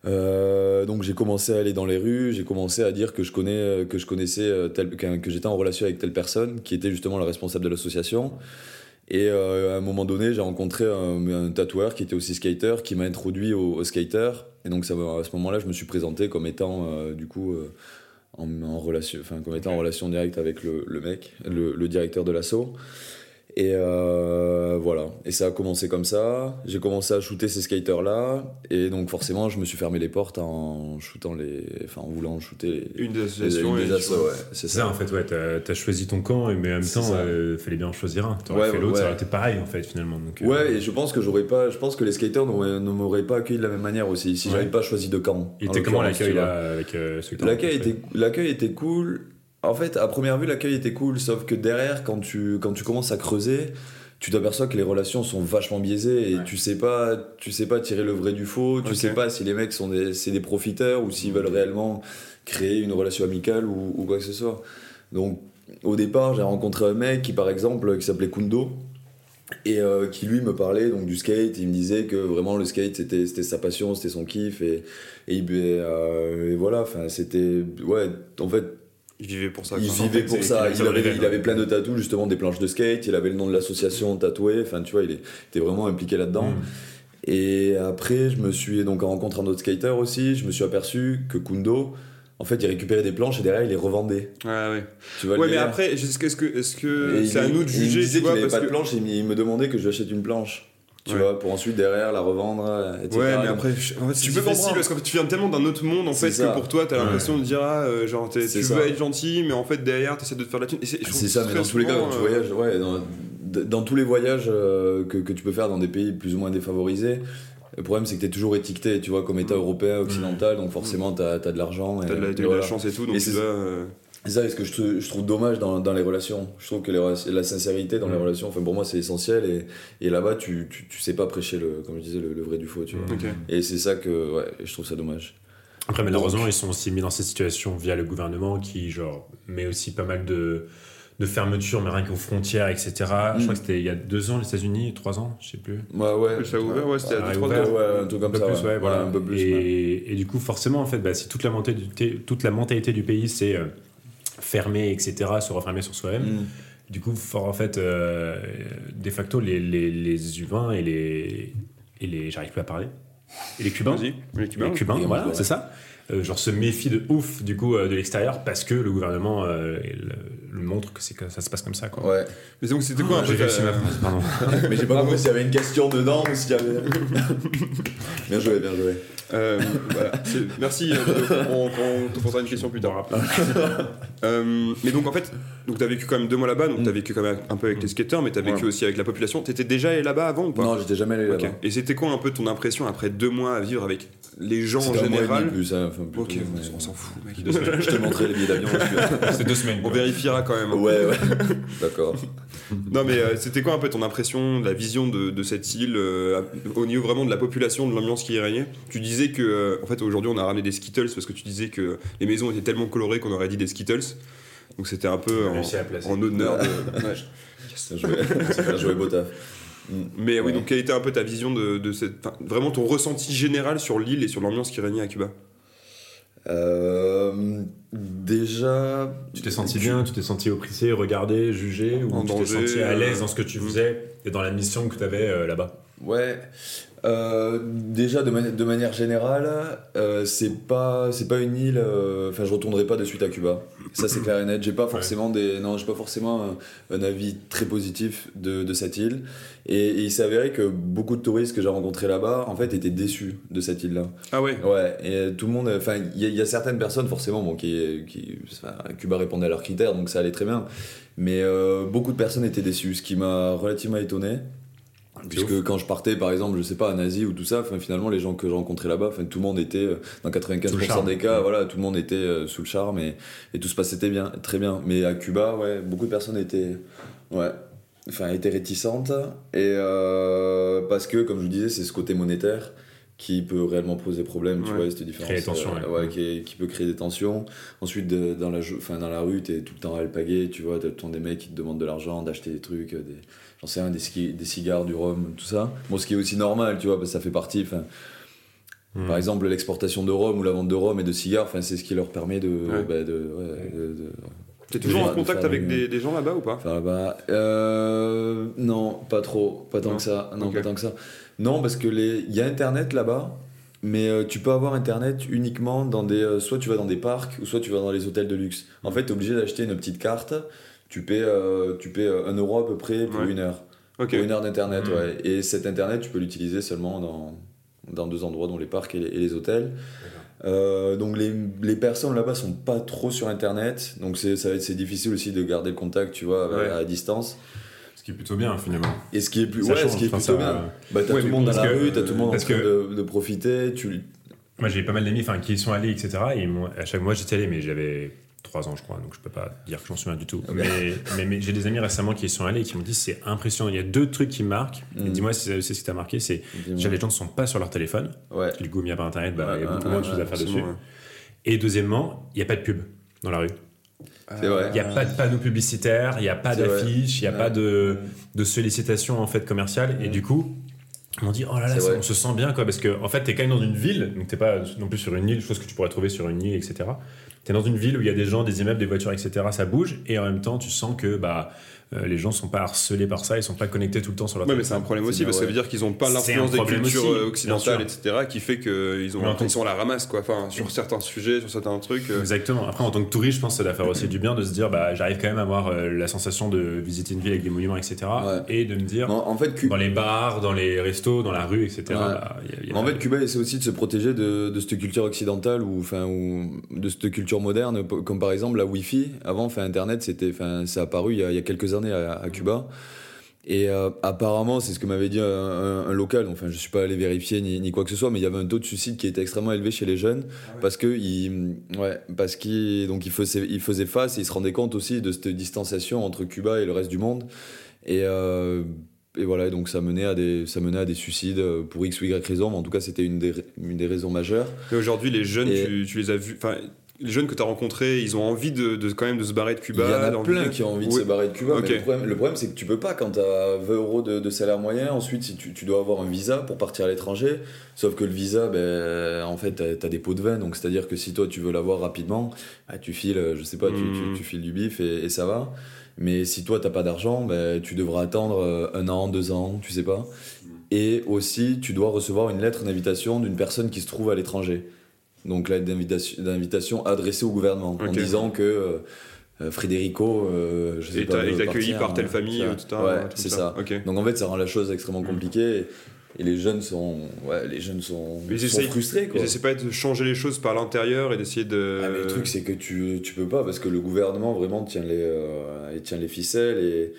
S2: Euh, donc j'ai commencé à aller dans les rues, j'ai commencé à dire que je connais que je connaissais euh, tel, qu'un- que j'étais en relation avec telle personne qui était justement le responsable de l'association. Et euh, à un moment donné, j'ai rencontré un, un tatoueur qui était aussi skater, qui m'a introduit au, au skater. Et donc ça, m'a- à ce moment-là, je me suis présenté comme étant euh, du coup euh, en, en relation, enfin comme étant en relation directe avec le, le mec, le, le directeur de l'assaut. Et euh, voilà. Et ça a commencé comme ça. J'ai commencé à shooter ces skaters là, et donc forcément, je me suis fermé les portes en shootant les, enfin en voulant shooter les,
S1: Une des associations.
S2: les- les
S1: et-
S2: assos, ouais. C'est
S3: C'est ça, en fait, ouais, t'as t'as choisi ton camp, mais en même
S2: C'est
S3: temps,
S2: ça.
S3: euh, fallait bien en choisir un. T'aurais
S2: Ouais,
S3: fait l'autre,
S2: ouais.
S3: ça aurait été pareil, en fait, finalement. Donc, euh,
S2: Ouais, et je pense que j'aurais pas, je pense que les skaters n'auraient- ne m'auraient pas accueilli de la même manière aussi si
S3: Ouais.
S2: j'avais pas choisi de camp.
S3: Il
S2: en
S3: était comment
S2: l'occurrence,
S3: l'accueil,
S2: tu vois.
S3: là, avec euh, ceux que t'as
S2: L'accueil
S3: rencontrés
S2: était, l'accueil était cool. En fait, à première vue, l'accueil était cool, sauf que derrière, quand tu, quand tu commences à creuser, tu t'aperçois que les relations sont vachement biaisées et
S3: Ouais.
S2: tu sais pas, tu sais pas tirer le vrai du faux, tu
S1: Ok.
S2: sais pas si les mecs sont des, c'est des profiteurs ou s'ils veulent réellement créer une relation amicale ou, ou quoi que ce soit. Donc, au départ, j'ai rencontré un mec qui, par exemple, qui s'appelait Kundo et euh, qui lui me parlait donc du skate. Il me disait que vraiment le skate c'était c'était sa passion, c'était son kiff et et, il- et, euh, et voilà. Enfin, c'était ouais. En fait,
S1: Ils vivaient pour ça.
S2: il
S1: quoi.
S2: vivait pour
S3: c'est-
S2: ça.
S3: c'est-
S2: Il
S3: c'est
S2: avait,
S3: vrai,
S2: il
S3: ouais.
S2: avait plein de tatous, justement des planches de skate. Il avait le nom de l'association tatoué. Enfin, tu vois, il est- était vraiment impliqué là-dedans.
S3: Mm.
S2: Et après, je me suis donc en rencontrant d'autres skaters aussi. Je me suis aperçu que Kundo, en fait, il récupérait des planches et derrière il les revendait.
S1: Ah Ouais, ouais.
S2: Tu vois le
S1: Ouais, mais
S2: délire
S1: après, est-ce que est-ce que- est-ce
S2: Et
S1: que
S2: il-
S1: c'est à nous de
S2: il me
S1: juger
S2: disait
S1: tu vois,
S2: qu'il avait
S1: parce
S2: pas de
S1: que-
S2: planche, il me- il me demandait que je lui achète une planche. Tu
S1: Ouais.
S2: vois, pour ensuite derrière la revendre, etc.
S1: Ouais, mais
S2: Donc,
S1: après, je- en fait,
S2: Tu
S1: c'est
S2: peux
S1: difficile
S2: comprendre.
S1: parce que tu viens tellement d'un autre monde en fait
S2: C'est ça.
S1: que pour toi, t'as
S3: Ouais.
S1: l'impression de dire ah, euh, genre t'es-
S2: C'est
S1: tu
S2: ça.
S1: veux être gentil, mais en fait derrière t'essaies de te faire de la thune. Et je trouve
S2: Ah, C'est ça, mais
S1: très
S2: dans tous les cas,
S1: souvent,
S2: quand tu
S1: euh,
S2: voyages, ouais, dans, d- dans tous les voyages euh, que, que tu peux faire dans des pays plus ou moins défavorisés, le problème c'est que t'es toujours étiqueté, tu vois, comme État européen, occidental, donc forcément t'as t'as de l'argent. et-
S1: Mm. T'as de la, t'as eu de la
S2: voilà.
S1: chance euh, et tout, donc
S2: Et
S1: tu
S2: c'est-
S1: dois. euh,
S2: C'est ça, et ce que je, trou- je trouve dommage dans, dans les relations. Je trouve que les rela- la sincérité dans les
S3: Mm.
S2: relations, enfin pour moi c'est essentiel, et, et là-bas tu, tu, tu sais pas prêcher, le, comme je disais, le, le vrai du faux, tu vois.
S3: Mm.
S1: ok.
S2: Et c'est ça que, ouais, je trouve ça dommage.
S3: Après, malheureusement, ils sont aussi mis dans cette situation via le gouvernement qui, genre, met aussi pas mal de, de fermetures, mais rien qu'aux frontières, etc.
S2: Mm.
S3: Je crois que c'était il y a deux ans, les États-Unis, trois ans, je sais plus.
S2: Ouais, Bah ouais.
S1: Ça a ouvert, ouais, c'était à
S3: Ah,
S1: 2-3
S3: ouvert,
S1: ans.
S2: ouais, un truc comme
S3: peu
S2: ça,
S3: plus,
S2: ouais.
S3: ouais, voilà.
S2: Ouais, un peu plus,
S3: et,
S2: ouais.
S3: et du coup, forcément, en fait, bah, si toute la mentalité, toute la mentalité du pays, c'est euh, fermer, etc., se refermer sur soi-même,
S2: Mm.
S3: du coup, fort, en fait, euh, de facto, les, les, les humains et les. Et les. J'arrive plus à parler. Et les Cubains
S1: Vas-y, les Cubains.
S3: les Cubains,
S2: Les
S3: voilà,
S2: Cubains, ouais.
S3: c'est ça. euh, genre se méfie de ouf du coup euh, de l'extérieur parce que le gouvernement euh, il, le montre que c'est que ça se passe comme ça quoi.
S2: Ouais.
S1: Mais donc c'était quoi un euh,
S3: J'ai
S1: peu
S3: réussi
S1: ta-
S3: ma phrase, pardon.
S2: Mais j'ai pas compris Ah, s'il y avait une question dedans ou s'il y avait. bien joué, bien joué.
S1: Euh, voilà. C'est- Merci, euh, Ludo. on, on te posera une question plus tard. Euh, mais donc en fait, donc t'as vécu quand même deux mois là-bas, donc t'as vécu quand même un peu avec les skateurs, mais t'as vécu
S2: Mm. Ouais.
S1: aussi avec la population. T'étais déjà là-bas avant ou pas
S2: Non, j'étais jamais allé
S1: Ok.
S2: là-bas.
S1: Et c'était quoi un peu ton impression après deux mois à vivre avec les gens en
S2: C'était un mois et demi
S1: général
S2: plus, hein, enfin, plutôt,
S1: Ok,
S2: mais-
S1: on s'en fout, mec.
S3: Deux semaines.
S2: Je te montrerai les billets d'avion. parce que-
S3: C'est deux semaines.
S1: On
S3: quoi.
S1: vérifiera quand même. hein.
S2: Ouais, ouais. D'accord.
S1: Non mais euh, c'était quoi un peu ton impression, de la vision de, de cette île euh, au niveau vraiment de la population, de l'ambiance qui y régnait Tu disais que, euh, en fait aujourd'hui on a ramené des Skittles parce que tu disais que les maisons étaient tellement colorées qu'on aurait dit des Skittles. Donc c'était un peu
S3: On a
S1: en,
S3: réussi à placer.
S1: en honneur de...
S2: Bien joué. Bien joué, beau taf.
S1: Mais oui,
S2: Ouais.
S1: donc quelle était un peu ta vision de, de cette... enfin, vraiment ton ressenti général sur l'île et sur l'ambiance qui régnait à Cuba
S2: Euh, déjà.
S3: Tu t'es senti bien, tu t'es senti oppressé, regardé, jugé, ou
S1: En
S3: tu t'es
S1: danger,
S3: senti à
S1: euh,
S3: l'aise dans ce que tu faisais et dans la mission que tu avais là-bas.
S2: Ouais. Euh, déjà, de, mani- de manière générale, euh, c'est pas, c'est pas une île. euh, Enfin, je retournerai pas de suite à Cuba. Ça, c'est clair et net. J'ai pas forcément des, non, j'ai pas forcément un, un avis très positif de, de cette île. Et, et il s'est avéré que beaucoup de touristes que j'ai rencontrés là-bas, en fait, étaient déçus de cette île-là.
S1: Ah ouais
S2: Ouais, et euh, tout le monde. Enfin, il y, a- il y a certaines personnes, forcément, bon, qui. qui enfin, Cuba répondait à leurs critères, donc ça allait très bien. Mais euh, beaucoup de personnes étaient déçues, ce qui m'a relativement étonné. Puisque quand je partais, par exemple, je sais pas, en Asie ou tout ça, enfin, finalement, les gens que je rencontrais là-bas, enfin, tout le monde était, euh, dans
S3: Sous le
S2: 95%
S3: charme.
S2: des cas, voilà, tout le monde était euh, sous le charme et, et tout se passait très bien, très bien. Mais à Cuba, ouais, beaucoup de personnes étaient. Ouais. Enfin, étaient réticentes. Et euh, parce que, comme je vous disais, c'est ce côté monétaire qui peut réellement poser problème, tu
S1: Ouais.
S2: vois, cette différence.
S3: Créer des tensions,
S2: euh,
S3: ouais.
S2: ouais, qui, qui peut créer des tensions. Ensuite, de- dans la, jo- enfin, dans la rue, t'es tout le temps alpagué, tu vois, t'as tout le temps des mecs qui te demandent de l'argent, d'acheter des trucs, euh, des, j'en sais rien, des, ski- des cigares, du rhum, tout ça. Bon, ce qui est aussi normal, tu vois, parce que ça fait partie, enfin,
S3: Mm.
S2: par exemple, l'exportation de rhum ou la vente de rhum et de cigares, enfin, c'est ce qui leur permet de,
S1: Ouais.
S2: bah, de, ouais, de- de-
S1: T'es toujours
S2: J'ai
S1: en contact
S2: pas de
S1: avec
S2: famille.
S1: des, des gens là-bas ou pas
S2: Enfin, là-bas. Euh, non, pas trop. Pas tant
S1: Non.
S2: que ça. Non,
S1: Ok.
S2: pas tant que ça. Non, parce que les... il y a Internet là-bas, mais euh, tu peux avoir Internet uniquement dans des. euh, soit tu vas dans des parcs, ou soit tu vas dans les hôtels de luxe. En fait, t'es obligé d'acheter une petite carte. Tu paies, euh, tu paies euh, un euro à peu près pour
S1: Ouais.
S2: une heure.
S1: Ok.
S2: Pour une heure d'Internet,
S3: Mhm.
S2: ouais. Et cet Internet, tu peux l'utiliser seulement dans, dans deux endroits, dont les parcs et les, et les hôtels. Euh, donc les, les personnes là-bas sont pas trop sur Internet, donc c'est ça va être- c'est difficile aussi de garder le contact, tu vois,
S1: Ouais.
S2: à, à distance.
S3: Ce qui est plutôt bien finalement.
S2: Et ce qui est plus,
S3: Ça
S2: ouais,
S3: change,
S2: ce qui est
S3: enfin,
S2: plutôt
S3: ça-
S2: bien, bah t'as
S3: Ouais,
S2: tout le
S3: mais
S2: monde dans
S3: parce
S2: la
S3: que-
S2: rue, t'as tout le monde en
S3: parce
S2: train
S3: que-
S2: de, de profiter, tu
S3: Moi, j'ai eu pas mal d'amis enfin, qui y sont allés, etc. Et ils m'ont- à chaque mois, j'étais allé, mais j'avais 3 ans, je crois, donc je peux pas dire que j'en souviens du tout. Mais, mais, mais j'ai des amis récemment qui y sont allés et qui m'ont dit c'est impressionnant. Il y a deux trucs qui me marquent. Et
S2: Mm.
S3: dis-moi si c'est c'est ce qui t'a marqué c'est déjà, les gens ne sont pas sur leur téléphone.
S2: ouais.
S3: Du coup, il n'y a pas internet, bah, il y a
S2: Ouais,
S3: beaucoup
S2: ouais,
S3: moins de
S2: ouais,
S3: choses à faire dessus.
S1: forcément, ouais.
S3: Et deuxièmement, il n'y a pas de pub dans la rue.
S2: C'est vrai.
S3: Il n'y a pas de panneau publicitaire, il n'y a pas
S2: C'est vrai.
S3: d'affiche, il n'y a
S2: Ouais.
S3: pas de, de sollicitation en fait commerciale. Et du coup, on dit oh là là,
S2: C'est
S3: ça-
S2: vrai.
S3: on se sent bien quoi, parce que en fait, t'es quand même dans une ville, donc t'es pas non plus sur une île, chose que tu pourrais trouver sur une île, etc. T'es dans une ville où il y a des gens, des immeubles, des voitures, etc. Ça bouge, et en même temps, tu sens que bah euh, les gens sont pas harcelés par ça, ils sont pas connectés tout le temps sur leur
S1: Ouais, mais c'est
S3: téléphone.
S1: un problème aussi,
S2: C'est
S1: parce que ça veut
S2: bien,
S1: dire qu'ils n'ont pas
S3: C'est
S1: l'influence
S3: un
S1: des
S3: problème
S1: cultures
S3: aussi,
S1: euh, occidentales,
S3: bien
S1: etc., qui fait qu'ils
S3: Mais en
S1: ont
S3: tant
S1: ils sont à la ramasse, quoi. Enfin, sur certains sujets, sur certains trucs. euh,
S3: Exactement. Après, en tant que touriste, je pense que ça doit faire aussi du bien de se dire, bah, j'arrive quand même à avoir euh, la sensation de visiter une ville avec des monuments, etc.
S2: Ouais.
S3: Et de me dire,
S2: Non, en fait, Cu-
S3: dans les bars, dans les restos, dans la rue, etc.
S2: Ouais.
S3: bah, y a- y a
S2: En
S3: pas-
S2: fait, Cuba essaie aussi de se protéger de, de cette culture occidentale ou, enfin, ou de cette culture moderne, p- comme par exemple la Wi-Fi. Avant, enfin, Internet, c'était, enfin, c'est apparu il y, a, il y a quelques années à, à Cuba. Et euh, apparemment, c'est ce que m'avait dit un, un- un local. Enfin, je suis pas allé vérifier ni, ni quoi que ce soit, mais il y avait un taux de suicide qui était extrêmement élevé chez les jeunes parce que ils, ouais, parce qu'ils, donc ils faisaient, ils faisaient face et ils se rendaient compte aussi de cette distanciation entre Cuba et le reste du monde. Et euh, et voilà, donc ça menait à des, ça menait à des suicides euh, pour X ou Y raison, mais en tout cas, c'était une des, ra- une des raisons majeures.
S1: mais Aujourd'hui, les jeunes,
S2: Et-
S1: tu, tu les as vus. Enfin, les jeunes que tu as rencontrés, ils ont envie de, de- quand même de se barrer de Cuba.
S2: Il y en a
S1: d'envie de-
S2: plein qui ont envie de
S1: Oui.
S2: se barrer de Cuba,
S1: Ok.
S2: mais le problème, le problème, c'est que tu peux pas quand tu as 20 euros de, de salaire moyen. Ensuite, si tu, tu dois avoir un visa pour partir à l'étranger, sauf que le visa, ben, en fait, tu as, des pots de vin, donc c'est-à-dire que si toi tu veux l'avoir rapidement, ah, tu files, euh, je sais pas, tu,
S1: Mm.
S2: tu- tu files du bif et, et ça va. Mais si toi t'as pas d'argent, ben, tu devras attendre euh, un an, deux ans, tu sais pas. Et aussi, tu dois recevoir une lettre d'invitation d'une personne qui se trouve à l'étranger. donc lettre d'invitation- d'invitation adressée au gouvernement en
S1: Ok.
S2: disant que euh, Frédérico, euh, je sais
S1: Et
S2: pas,
S1: t'as- et
S2: veut
S1: t'es accueilli
S2: partir,
S1: par telle
S2: hein,
S1: famille,
S2: ça.
S1: euh, etc.
S2: Ouais,
S1: un truc
S2: c'est
S1: comme Mm.
S2: ça.
S1: Ok.
S2: Donc en fait, ça rend la chose extrêmement compliquée. Et, et les jeunes sont, ouais, les jeunes sont,
S1: Mais ils
S2: sont
S1: essayent-
S2: frustrés. Quoi.
S1: Ils essaient pas de changer les choses par l'intérieur et d'essayer de.
S2: Ah, mais le truc, c'est que tu, tu peux pas parce que le gouvernement vraiment tient les, euh, il tient les ficelles et,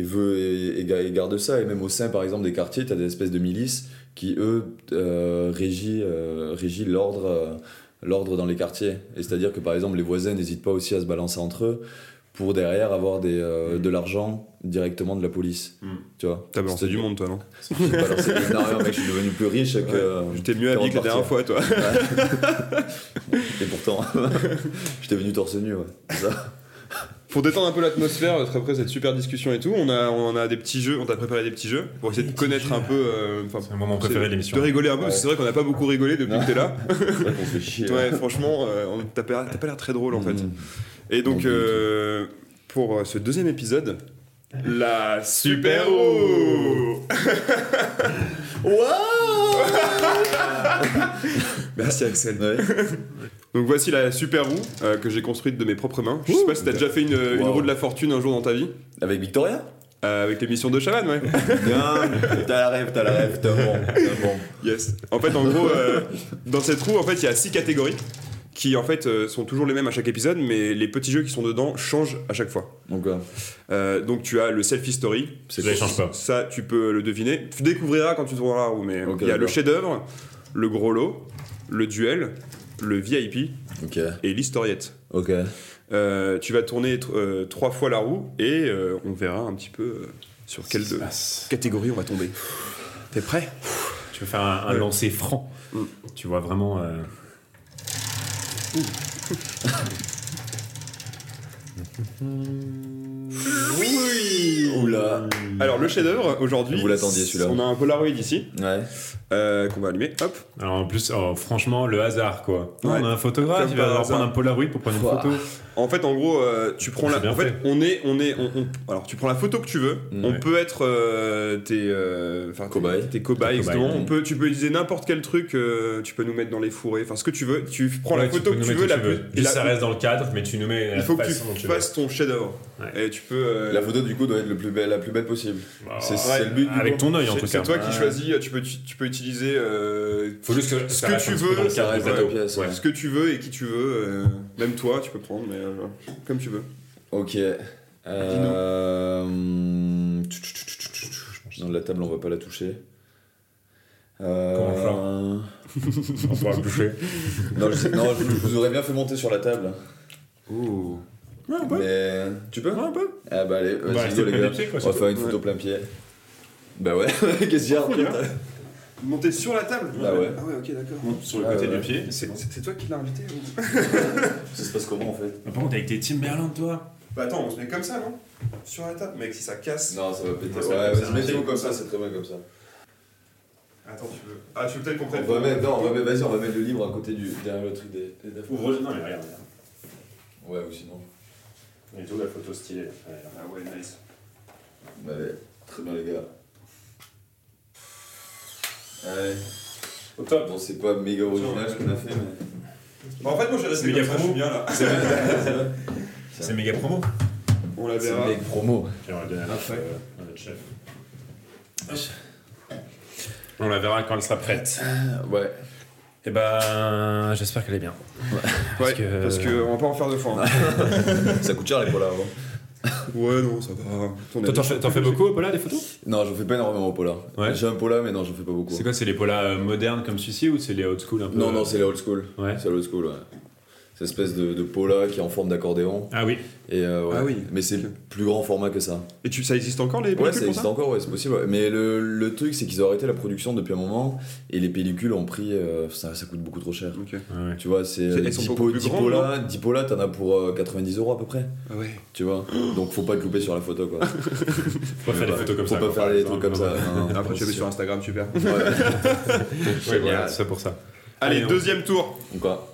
S2: et veut et, et ga- et garde ça. Et même au sein, par exemple, des quartiers, tu as des espèces de milices qui, eux, euh, régissent euh, régissent l'ordre euh, l'ordre dans les quartiers. Et c'est-à-dire que, par exemple, les voisins n'hésitent pas aussi à se balancer entre eux pour derrière avoir des, euh,
S1: Mm.
S2: de l'argent directement de la police.
S3: Mm.
S2: Tu vois
S1: T'as balancé du monde, toi, non
S2: J'ai balancé énormément, mec, je suis devenu plus riche que.
S1: J'étais mieux habillé que la
S2: hein.
S1: dernière fois, toi.
S2: Et pourtant, j'étais venu torse nu, ouais. C'est ça.
S1: Pour détendre un peu l'atmosphère, euh, après cette super discussion et tout, on a, on a des petits jeux, on t'a préparé des petits jeux pour essayer de connaître un peu. euh, enfin,
S3: C'est mon moment préféré de l'émission.
S1: de rigoler un peu, parce que
S2: Ouais.
S1: c'est vrai qu'on n'a pas beaucoup rigolé depuis
S2: Non.
S1: que t'es là.
S2: C'est vrai qu'on fait chier.
S1: Ouais, franchement, euh, on- t'as pas t'as pas l'air très drôle en fait.
S2: Mm.
S1: Et donc,
S2: Non,
S1: euh, pour euh, ce deuxième épisode, la super roue
S3: roue.
S1: Merci Axel.
S2: Ouais.
S1: Donc voici la super roue euh, que j'ai construite de mes propres mains. Je sais
S2: Ouh.
S1: pas si t'as déjà fait une, une
S2: Wow.
S1: roue de la fortune un jour dans ta vie,
S2: Avec Victoria
S1: euh, avec l'émission de Chaman, ouais.
S2: Bien, t'as la rêve, t'as la rêve, t'es bon, t'es bon.
S1: Yes. En fait, en gros, euh, dans cette roue, en fait, il y a six catégories qui, en fait, euh, sont toujours les mêmes à chaque épisode, mais les petits jeux qui sont dedans changent à chaque fois.
S2: Donc, euh,
S1: Euh, donc, tu as le selfie story.
S2: c'est
S3: Je les change pas.
S1: Ça, tu peux le deviner. Tu découvriras quand tu tourneras la roue, mais euh,
S2: Ok,
S1: il y a le
S2: d'accord.
S1: chef-d'œuvre, le gros lot, le duel, le VIP
S2: Ok,
S1: et l'historiette.
S2: ok.
S1: Euh, tu vas tourner tr- euh, trois fois la roue et euh, on verra un petit peu euh, sur quelle de- catégorie on va tomber. T'es prêt
S3: Tu veux faire un, un lancer franc.
S1: Mm.
S3: Tu vois vraiment. euh,
S1: Oui
S2: Oula.
S1: Alors le chef-d'œuvre aujourd'hui.
S2: Vous l'attendiez, celui-là.
S1: On a un Polaroid ici
S2: Ouais.
S1: euh, qu'on va allumer. Hop.
S3: Alors en plus, oh, franchement, le hasard quoi. Non,
S1: Ouais.
S3: On a un photographe,
S1: Comme
S3: il
S1: par
S3: va devoir
S1: hasard.
S3: prendre un Polaroid pour prendre une
S2: Ouah.
S3: photo.
S1: En fait, en gros, euh, tu prends
S3: C'est
S1: la.
S3: bien
S1: En fait,
S3: fait.
S1: on est, on est, on, on- Alors, tu prends la photo que tu veux.
S2: Mm.
S1: On
S3: Ouais.
S1: peut être euh, tes, euh, enfin, tes-
S2: Cobaye.
S1: Tes cobayes,
S3: Tes cobayes,
S1: exactement.
S2: ouais.
S1: On peut, tu peux utiliser n'importe quel truc. euh, tu peux nous mettre dans les fourrés. Enfin, ce que tu veux. Tu prends
S3: Ouais,
S1: la photo
S3: peux
S1: que
S3: nous
S1: tu
S3: mettre
S1: veux.
S3: où
S1: la
S3: tu veux.
S1: plus-
S3: Juste,
S1: la-
S3: ça reste dans le cadre, mais tu nous mets la
S1: il faut que tu
S3: façon dont tu veux.
S1: fasses ton chef-d'œuvre.
S3: Ouais.
S1: Et tu peux. euh,
S2: La photo, du coup, doit être le plus belle- la plus belle possible.
S3: Bah,
S2: C'est
S1: ouais.
S2: c'est le but, du
S3: Avec
S2: coup.
S3: ton œil en
S1: c'est-
S3: tout cas.
S1: C'est toi qui
S2: Ouais.
S1: choisis. Tu peux, tu, tu peux utiliser. euh,
S3: Faut juste que
S1: ce
S3: ça
S1: que
S3: reste
S1: tu
S3: un petit peu
S1: veux,
S3: dans le
S1: ça
S3: cadre
S1: reste
S3: des
S1: dans
S3: ados.
S2: la pièce,
S3: Ouais.
S2: ouais.
S1: ce que tu veux et qui tu veux. euh, même toi, tu peux prendre, mais euh, comme tu veux.
S2: Ok. Euh... hum, tch, tch, tch, tch, tch, tch. Dans la table, on va pas la toucher.
S3: Comment faire
S2: Euh...
S3: On pourra le toucher.
S2: Non, je, sais- non je, je vous aurais bien fait monter sur la table.
S1: Oh.
S2: Mais tu peux
S3: Ouais, un peu.
S2: Ah bah allez,
S3: Bah,
S2: vas-y,
S3: c'est
S2: go, les
S3: plein
S2: gars.
S3: pied, quoi,
S2: On va
S3: c'est
S2: faire une photo plein pied. Bah ouais, qu'est-ce qu'il y a putain
S3: hein.
S1: Monter sur la table
S2: Ah ouais.
S1: Ah ouais, ok, d'accord.
S3: Sur le
S2: Ah,
S3: côté
S2: ouais.
S3: du pied.
S1: C'est c'est toi qui l'as invité ou-
S2: Ça se passe comment en fait
S3: Ah, Par contre, avec tes teams Berlin, toi.
S1: Bah attends, on se met comme ça, non Sur la table Mec, si ça casse.
S2: Non, ça va péter.
S3: Ça va
S2: Ouais,
S3: comme
S2: vas-y,
S3: ça.
S2: mettez-vous comme ça, c'est très bien comme ça.
S1: Attends, tu veux. Ah, tu veux peut-être qu'on
S2: On
S1: prenne.
S2: va mettre, non, on va mettre, vas-y, on va mettre le livre à côté du derrière le truc des. des- des-
S3: Ouvre Non, mais regarde.
S2: Ouais, ou sinon.
S3: Et tout, la photo stylée.
S1: Ah ouais, nice.
S2: bah, Allez, très bien les gars. Allez.
S3: Au top.
S2: Bon, c'est pas méga original ce qu'on a fait, mais.
S1: Bah, en fait, moi j'ai resté
S3: Mais
S1: comme
S3: y a
S1: ça, je
S3: promo.
S1: suis bien là.
S3: C'est méga promo.
S1: On
S3: Bah,
S1: la
S2: C'est
S1: verra.
S2: mec promo.
S3: Tiens, on va le donner à notre,
S1: Parfait.
S3: euh, à notre chef. On la verra quand elle sera prête.
S2: Ouais.
S3: Et ben, j'espère qu'elle est bien.
S1: Parce,
S3: Parce
S1: que...
S3: que-
S1: parce que on va pas en faire deux fois. hein.
S2: Ça coûte cher les polars hein. avant.
S1: ouais, non, ça va. Ton
S3: Toi, t'en
S1: avis.
S3: fais, t'en fais beaucoup, Paula, des photos
S2: Non, j'en fais pas énormément au polar.
S3: Ouais.
S2: J'ai un polar, mais non, j'en fais pas beaucoup.
S3: C'est quoi, c'est les Paula euh, modernes comme celui-ci ou c'est les old school un peu
S2: Non, non, c'est les old school.
S3: Ouais.
S2: C'est l'old school, ouais. C'est une espèce de, de pola qui est en forme d'accordéon.
S3: Ah oui.
S2: Et euh, ouais.
S1: Ah oui.
S2: Mais c'est
S1: Ok.
S2: plus grand format que ça.
S1: Et tu, ça existe encore les
S2: Ouais,
S1: pellicules
S2: ça
S1: pour
S2: existe encore, ouais, c'est possible. ouais. Mais le, le truc, c'est qu'ils ont arrêté la production depuis un moment et les pellicules ont pris. euh, ça, ça coûte beaucoup trop cher.
S1: Ok.
S3: Ouais.
S2: Tu vois, c'est euh,
S1: Elles sont
S2: 10
S1: beaucoup
S2: po-
S1: plus
S2: 10
S1: grandes,
S2: pola, 10 pola, t'en as pour euh, 90 euros à peu près.
S1: Ah ouais.
S2: Tu vois Donc faut pas te louper sur la photo, quoi. Faut
S3: Faut pas faire des photos comme ça.
S2: Faut pas
S3: quoi,
S2: faire
S3: par
S2: des
S3: exemple.
S2: trucs comme ça. non, non,
S1: Après, tu
S2: c'est
S1: l'as vu sur
S2: sûr.
S1: Instagram, super.
S2: Ouais.
S3: Ouais, voilà, c'est ça pour ça.
S1: Allez,
S3: Allez, on-
S1: deuxième tour.
S2: Donc, quoi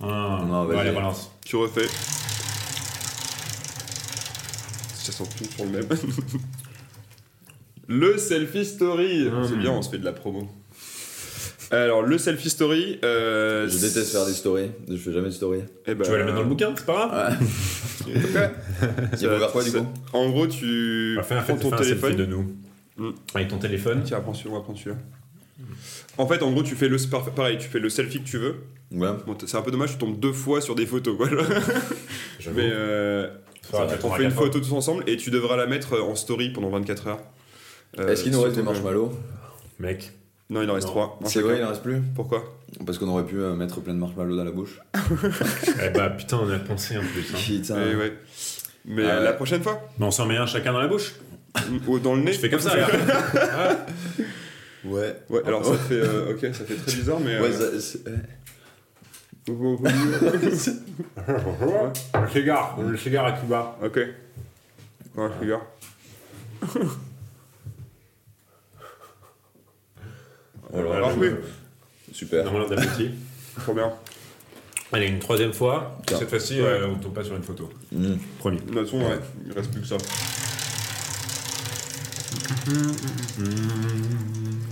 S3: Ah,
S2: Non, vas-y.
S3: ouais, la balance.
S1: Tu refais. Ça sent tout sur le même. Le selfie story.
S3: Hmm.
S1: C'est bien, on se fait de la promo. Alors, le selfie story. euh,
S2: Je déteste faire des stories. Je fais jamais de stories.
S1: eh ben,
S3: Tu vas la mettre dans le bouquin, c'est pas grave
S2: Il faut faire quoi du coup
S1: euh, En gros, tu
S3: Bah, Fais un,
S1: prends
S3: fais
S1: ton
S3: un
S1: téléphone.
S3: selfie de nous.
S1: Mm.
S3: Avec ton téléphone.
S1: Tiens, prends celui-là, on va prendre celui-là. En fait, en gros, tu fais le par- pareil, tu fais le selfie que tu veux.
S2: Ouais.
S1: Bon, t- c'est un peu dommage, tu tombes deux fois sur des photos, quoi.
S3: J'avoue.
S1: Mais euh,
S3: Ça, tu
S1: on
S3: prends
S1: fait une
S3: quatre fois.
S1: photo tous ensemble et tu devras la mettre euh, en story pendant 24 heures. Euh,
S2: Est-ce qu'il nous reste des
S1: sur ton-
S2: marshmallows
S3: Mec.
S1: Non, il en reste
S3: Non.
S1: trois.
S2: C'est vrai, il en reste plus
S1: Pourquoi
S2: Parce qu'on aurait pu euh, mettre plein de marshmallows dans la bouche.
S3: Eh bah putain, on a pensé en plus.
S1: Eh
S3: hein.
S2: Putain.
S1: ouais. Mais
S2: Ah
S1: euh,
S2: ouais.
S1: la prochaine fois
S3: Mais on s'en met un chacun dans la bouche.
S1: Ou dans le nez
S3: Je fais comme ça, regarde.
S2: Ouais.
S1: Ouais, alors ça fait, euh, ok, ça fait très bizarre, mais.
S2: Ouais,
S1: euh,
S2: ça- c'est- eh.
S3: Le cigare, le cigare à Cuba.
S1: ok. Ouais, les gars.
S2: Voilà.
S1: Alors, Ah, oui.
S2: Super.
S3: Normalement d'appétit.
S1: Trop bien.
S3: Allez, une troisième fois.
S2: Tiens.
S3: Cette fois-ci,
S1: Ouais.
S3: euh, on tombe pas sur une photo.
S2: Mm.
S3: Promis.
S1: De toute façon, ouais, il reste plus que ça.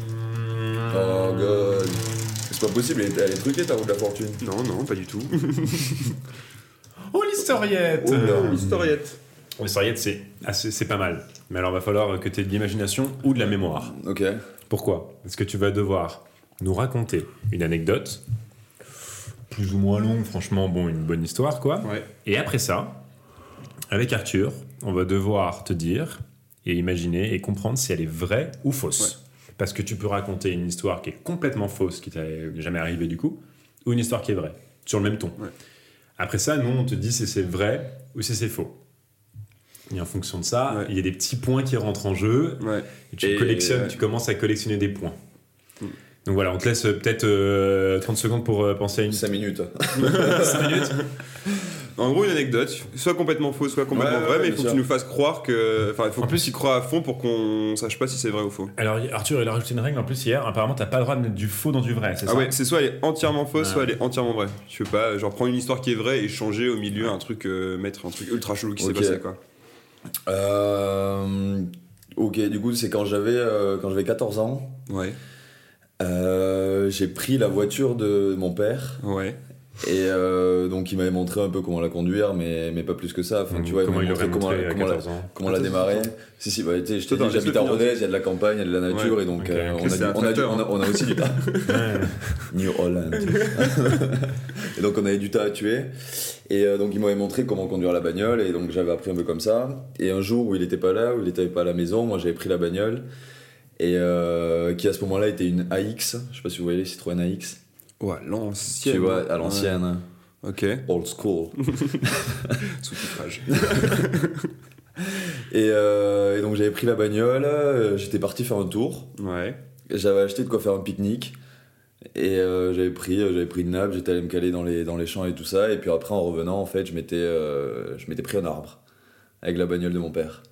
S2: Oh god. C'est pas possible, elle est- elle est truquée ta roue de la fortune.
S1: Non, non, pas du tout.
S3: Oh l'historiette
S1: Historiette.
S3: L'historiette, c'est assez- c'est pas mal. Mais alors, va falloir que tu aies de l'imagination ou de la mémoire.
S2: Ok.
S3: Pourquoi Parce que tu vas devoir nous raconter une anecdote, plus ou moins longue, franchement, bon, une bonne histoire, quoi.
S1: Ouais.
S3: Et après ça, avec Arthur, on va devoir te dire et imaginer et comprendre si elle est vraie ou fausse. Parce que tu peux raconter une histoire qui est complètement fausse, qui t'est jamais arrivée du coup, ou une histoire qui est vraie, sur le même ton.
S1: Ouais.
S3: Après ça, nous, on te dit si c'est vrai ou si c'est faux. Et en fonction de ça,
S1: Ouais.
S3: il y a des petits points qui rentrent en jeu,
S1: Ouais.
S3: et tu
S2: Et- euh, Hmm.
S3: collectionnes,
S2: ouais.
S3: tu commences à collectionner des points. Donc voilà, on te laisse euh, peut-être euh, 30 secondes pour euh, penser à une
S2: 5 minutes.
S1: En gros, une anecdote, soit complètement fausse, soit complètement
S2: Ouais, ouais,
S1: vraie, mais
S2: ouais,
S1: il faut que
S2: bien
S1: tu
S2: sûr.
S1: nous fasses croire que. Enfin, il faut
S3: En
S1: que tu y crois à fond pour qu'on sache pas si c'est vrai ou faux.
S3: Alors Arthur, il a rajouté une règle en plus hier. Apparemment, t'as pas le droit de mettre du faux dans du vrai, c'est
S1: Ah
S3: ça
S1: ouais, c'est soit elle est entièrement fausse,
S3: Ouais.
S1: soit elle est entièrement vraie. Je sais pas, genre prendre une histoire qui est vraie et changer au milieu un truc, euh, mettre un truc ultra chelou qui
S2: Ok.
S1: s'est passé quoi.
S2: Euh, ok, du coup, c'est quand j'avais euh, quand j'avais 14 ans.
S1: Ouais,
S2: euh, j'ai pris la voiture de mon père
S1: ouais,
S2: et euh, donc il m'avait montré un peu comment la conduire, mais, mais pas plus que ça. Enfin, tu vois,
S3: Mmh, comment
S2: m'avait
S3: il aurait
S2: montré
S3: montré à
S2: comment, la,
S3: 14 ans
S2: comment la démarrer. Si, si, bah, tu sais, je t'ai
S1: Attends,
S2: dit, j'habite à
S1: laisse-le
S2: Rodez, il y a de la campagne, il y a de la nature,
S1: Ouais,
S2: et donc
S3: ok,
S2: euh,
S3: ok,
S2: on, a
S1: c'est
S2: du-
S1: un
S2: on a du-
S1: tracteur,
S2: on a- on a aussi du tas. New Holland. et donc on avait du tas à tuer. Et euh, donc il m'avait montré comment conduire la bagnole. Et donc j'avais appris un peu comme ça. Et un jour où il n'était pas là, où il n'était pas à la maison, moi j'avais pris la bagnole. Et euh, qui à ce moment-là était une AX. Je sais pas si vous voyez Citroën AX.
S1: ouais, l'ancienne.
S2: Tu vois, à l'ancienne.
S1: Ouais. Ok,
S2: Old school.
S1: sous-titrage.
S2: Et, euh, et donc j'avais pris la bagnole. euh, J'étais parti faire un tour.
S1: ouais,
S2: J'avais acheté de quoi faire un pique-nique. Et euh, j'avais pris, euh, j'avais pris une nappe, j'étais allé me caler dans les, dans les champs et tout ça. Et puis après, en revenant, en fait, je m'étais, euh, je m'étais pris un arbre avec la bagnole de mon père.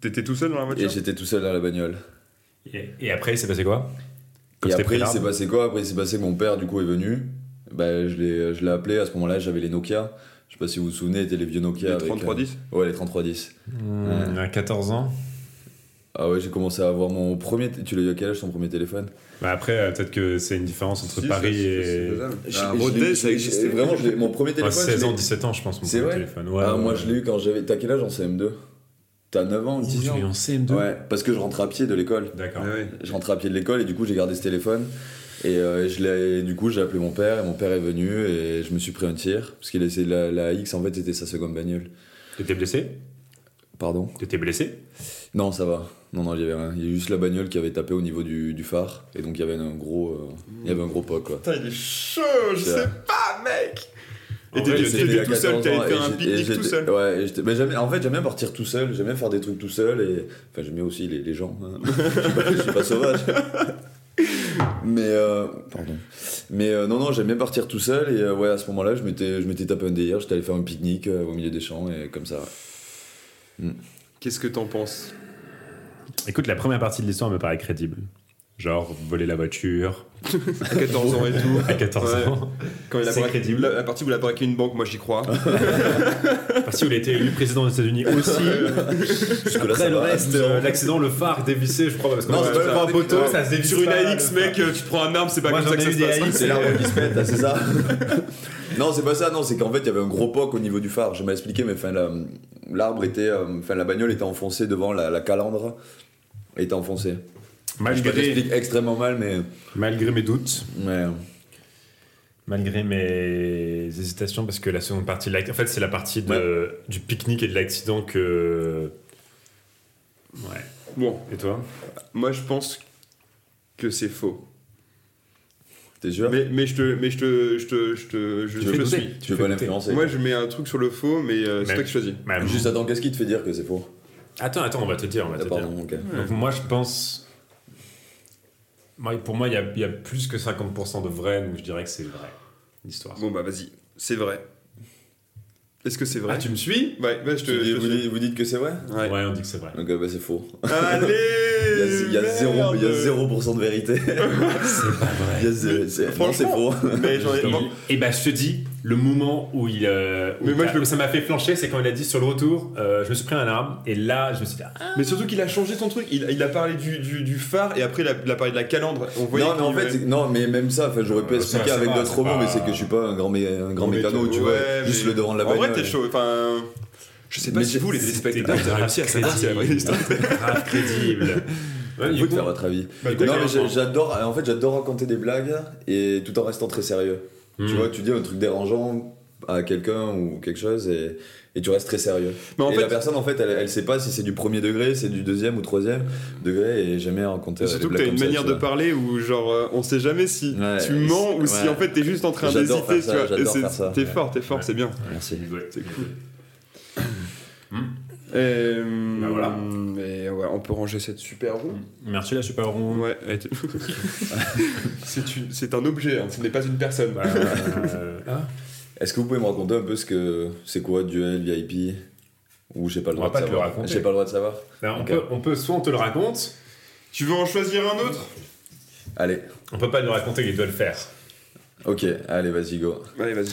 S1: t'étais tout seul dans la
S2: Et
S1: voiture
S2: j'étais tout seul dans la bagnole.
S3: Et, et après, il s'est passé quoi Quand
S2: et
S3: tu t'es
S2: après,
S3: pris
S2: il
S3: l'arme
S2: s'est passé quoi Après, il s'est passé que mon père, du coup, est venu. Bah, je, l'ai, je l'ai appelé. À ce moment-là, j'avais les Nokia. Je sais pas si vous vous souvenez, c'était les vieux Nokia.
S1: Les
S2: avec,
S1: 3310
S2: euh, Ouais, les 3310.
S3: Hmm, À 14 ans.
S2: Ah ouais, j'ai commencé à avoir mon premier. t- Tu l'as eu à quel âge ton premier téléphone
S3: Bah après, euh, peut-être que c'est une différence entre
S1: Si,
S3: Paris
S1: c'est- c'est- c'est
S3: et.
S1: faisable.
S2: J'ai-
S1: Ah,
S2: je l'ai-
S1: Rodez,
S2: je
S1: ça
S2: l'ai-
S1: existait.
S2: Vraiment, je l'ai- mon premier
S3: Enfin,
S2: téléphone. je
S3: 16 ans,
S2: l'ai-
S3: 17 ans, je pense, mon
S2: C'est
S3: premier
S2: vrai
S3: téléphone. Ouais,
S2: Ah,
S3: ouais,
S2: moi
S3: ouais.
S2: je l'ai eu quand j'avais. T'as quel âge en CM2 T'as 9 ans,
S3: Oh,
S2: 10
S3: tu
S2: ans
S3: l'as eu en CM2
S2: Ouais, parce que je rentrais à pied de l'école.
S3: D'accord.
S1: Ouais, ouais.
S2: Je rentrais à pied de l'école et du coup j'ai gardé ce téléphone. Et euh, je l'ai- du coup j'ai appelé mon père et mon père est venu et je me suis pris un tir. Parce qu'il a essayé de la, la X en fait c'était sa seconde bagnole.
S3: T'étais blessé
S2: Pardon
S3: T'étais blessé
S2: Non, ça va. Non, non, il y avait rien. Il y a juste la bagnole qui avait tapé au niveau du, du phare. Et donc il y avait un gros, euh, il y avait un gros poc quoi.
S1: Putain, il est chaud, je
S2: C'est
S1: sais
S2: vrai.
S1: pas, mec
S3: En
S1: Et
S3: vrai,
S1: t'étais
S3: je
S1: t'étais
S2: C'était à
S1: tout seul,
S2: 14 ans,
S1: t'allais
S2: et
S1: faire un
S2: j'étais- et
S1: pique-nique tout
S2: j'étais-
S1: seul.
S2: Ouais, et j'étais- mais j'aimais- en fait, j'aime bien partir tout seul, j'aime bien faire des trucs tout seul, et enfin, j'aime bien aussi les, les gens. hein. je, suis pas, je suis pas sauvage. mais euh, pardon. Mais euh, non, non, j'aime bien partir tout seul, et euh, ouais, à ce moment-là, je m'étais, je m'étais tapé un délire, j'étais allé faire un pique-nique euh, au milieu des champs, et comme ça.
S1: Qu'est-ce que t'en penses
S3: Écoute, la première partie de l'histoire me paraît crédible. Genre, voler la voiture,
S1: à 14 ans et tout.
S3: à 14
S1: Ouais.
S3: ans.
S1: Quand il a
S3: C'est
S1: braqué-
S3: crédible.
S1: La, la partie où il a braqué une banque, moi j'y crois.
S3: Parce qu'il a été élu président des États-Unis aussi.
S2: Jusque-là,
S3: Après
S2: ça
S3: le
S2: va.
S3: reste, euh, l'accident, le phare dévissé, je crois. Parce que
S2: Non,
S3: moi,
S2: c'est
S3: je
S2: pas le
S3: prends
S2: phare
S3: un poteau,
S2: dévissé.
S3: ça se dévisse
S1: Sur une
S3: pas,
S1: AX,
S3: là,
S1: mec, tu te prends un arme, c'est pas
S3: Moi,
S1: comme
S3: j'en
S1: ça que ça
S3: ai eu
S1: se
S3: des
S1: passe.
S3: AX.
S2: C'est l'arbre qui se pète, là, c'est ça Non, c'est pas ça, non, c'est qu'en fait, il y avait un gros poc au niveau du phare. Je m'ai expliqué, mais enfin, la- l'arbre était. euh, Enfin, la bagnole était enfoncée devant la, la calandre. Était enfoncée.
S1: Ah,
S2: Je
S3: Malgré,
S2: t'explique extrêmement mal, mais.
S3: malgré mes doutes.
S2: mais-
S3: Malgré mes hésitations, parce que la seconde partie, de l'ac- en fait, c'est la partie de, du pique-nique et de l'accident que. Ouais.
S1: Bon,
S3: Et toi
S1: moi je pense que c'est faux.
S2: T'es sûr
S1: Mais, mais je te. Mais je te. Je te. Je te. Je,
S2: Tu
S1: je
S2: fais
S1: te
S2: douter,
S1: suis.
S2: Tu veux pas l'influencer
S1: Moi je mets un truc sur le faux, mais euh, c'est
S3: Mais-
S1: toi qui choisis.
S3: Bah, bon.
S2: Juste attends, qu'est-ce qui te fait dire que c'est faux
S3: Attends, attends, on va te dire. On va
S2: Ah,
S3: te dire.
S2: Pardon, ok.
S3: Donc, moi, je pense. Moi, pour moi, il y a, il y a plus que 50% de vrai, donc je dirais que c'est vrai, l'histoire.
S1: Bon bah vas-y, c'est vrai. Est-ce que c'est vrai
S3: Ah, tu me suis
S1: Ouais, bah, je te.
S2: Tu dis-
S1: je te
S2: vous,
S1: suis.
S2: dites, vous dites que c'est vrai
S1: Ouais.
S3: Ouais, on dit que c'est vrai.
S2: Donc, euh, bah, c'est faux. Il y a,
S1: Allez
S2: il y a zéro- il y a 0% de vérité.
S3: C'est pas vrai.
S2: Il y a zé- c'est- non, c'est faux.
S1: Franchement. Mais j'en ai.
S3: Il- Et bah je te dis, le moment où il. euh, où
S1: Mais moi,
S3: t'as-
S1: je le-
S3: ça m'a fait flancher, c'est quand il a dit sur le retour, euh, je me suis pris un arbre, et là je me suis dit, ah,
S1: Mais surtout qu'il a changé son truc, il, il a parlé du, du, du phare et après il a, il a parlé de la calandre. On voyait
S2: non, mais en
S1: qu'il-
S2: fait, c'est- non, mais même ça, enfin, j'aurais pu
S3: Ouais,
S2: expliquer
S3: ça, c'est
S2: avec
S3: pas-
S2: d'autres
S3: c'est
S2: mots,
S3: pas-
S2: mais c'est que je suis pas un grand, mé- un grand mécano, tu vois.
S1: Ouais,
S2: Juste
S1: mais-
S2: le devant de la
S1: En vrai,
S2: bagnole.
S1: t'es chaud. Enfin, je sais pas
S2: Mais
S1: si
S2: j'ai-
S1: vous, les
S3: c'était
S1: téléspectateurs, vous avez réussi à savoir si la vraie
S3: grave
S1: histoire.
S3: grave crédible. Ouais, du
S2: Vous de
S3: coup,
S2: faire votre avis.
S3: Bah,
S2: non,
S3: d'accord.
S2: mais j'ai- j'adore. En fait, j'adore raconter des blagues et tout en restant très sérieux.
S3: Hmm.
S2: Tu vois, tu dis un truc dérangeant à quelqu'un ou quelque chose et, et tu restes très sérieux.
S1: Mais en
S2: et la
S1: fait,
S2: personne, en fait, elle, elle sait pas si c'est du premier degré, c'est du deuxième ou troisième degré et jamais euh, raconter.
S1: surtout que t'as une manière de parler où, genre, euh, on sait jamais si
S2: Ouais,
S1: tu
S2: et
S1: mens
S2: c'est-
S1: ou si
S2: ouais.
S1: en fait t'es juste en train
S2: J'adore
S1: d'hésiter, tu
S2: faire ça,
S1: vois. Et
S2: j'adore
S1: c'est-
S2: faire ça.
S1: T'es fort, t'es fort,
S3: Ouais.
S1: c'est bien.
S2: Merci.
S3: Ouais,
S1: C'est
S3: c'est
S1: cool.
S3: cool.
S1: Et,
S3: Bah voilà.
S1: mais ouais, on peut ranger cette super roue.
S3: Merci la super ronde.
S1: Ouais, elle était- c'est une- c'est un objet, hein, ce n'est pas une personne.
S3: Bah, euh, ah,
S2: Est-ce que vous pouvez me raconter un peu ce que c'est quoi duel VIP ou j'ai pas le
S3: On va
S2: droit
S3: pas
S2: de
S3: te le
S2: savoir.
S3: raconter.
S2: J'ai pas le droit de savoir.
S3: bah, on,
S2: Ok.
S3: peut, on peut- soit on te le raconte,
S1: Tu veux en choisir un autre
S2: Allez,
S3: on peut pas le raconter, il doit le faire.
S2: ok, allez, vas-y go.
S1: Allez, vas-y.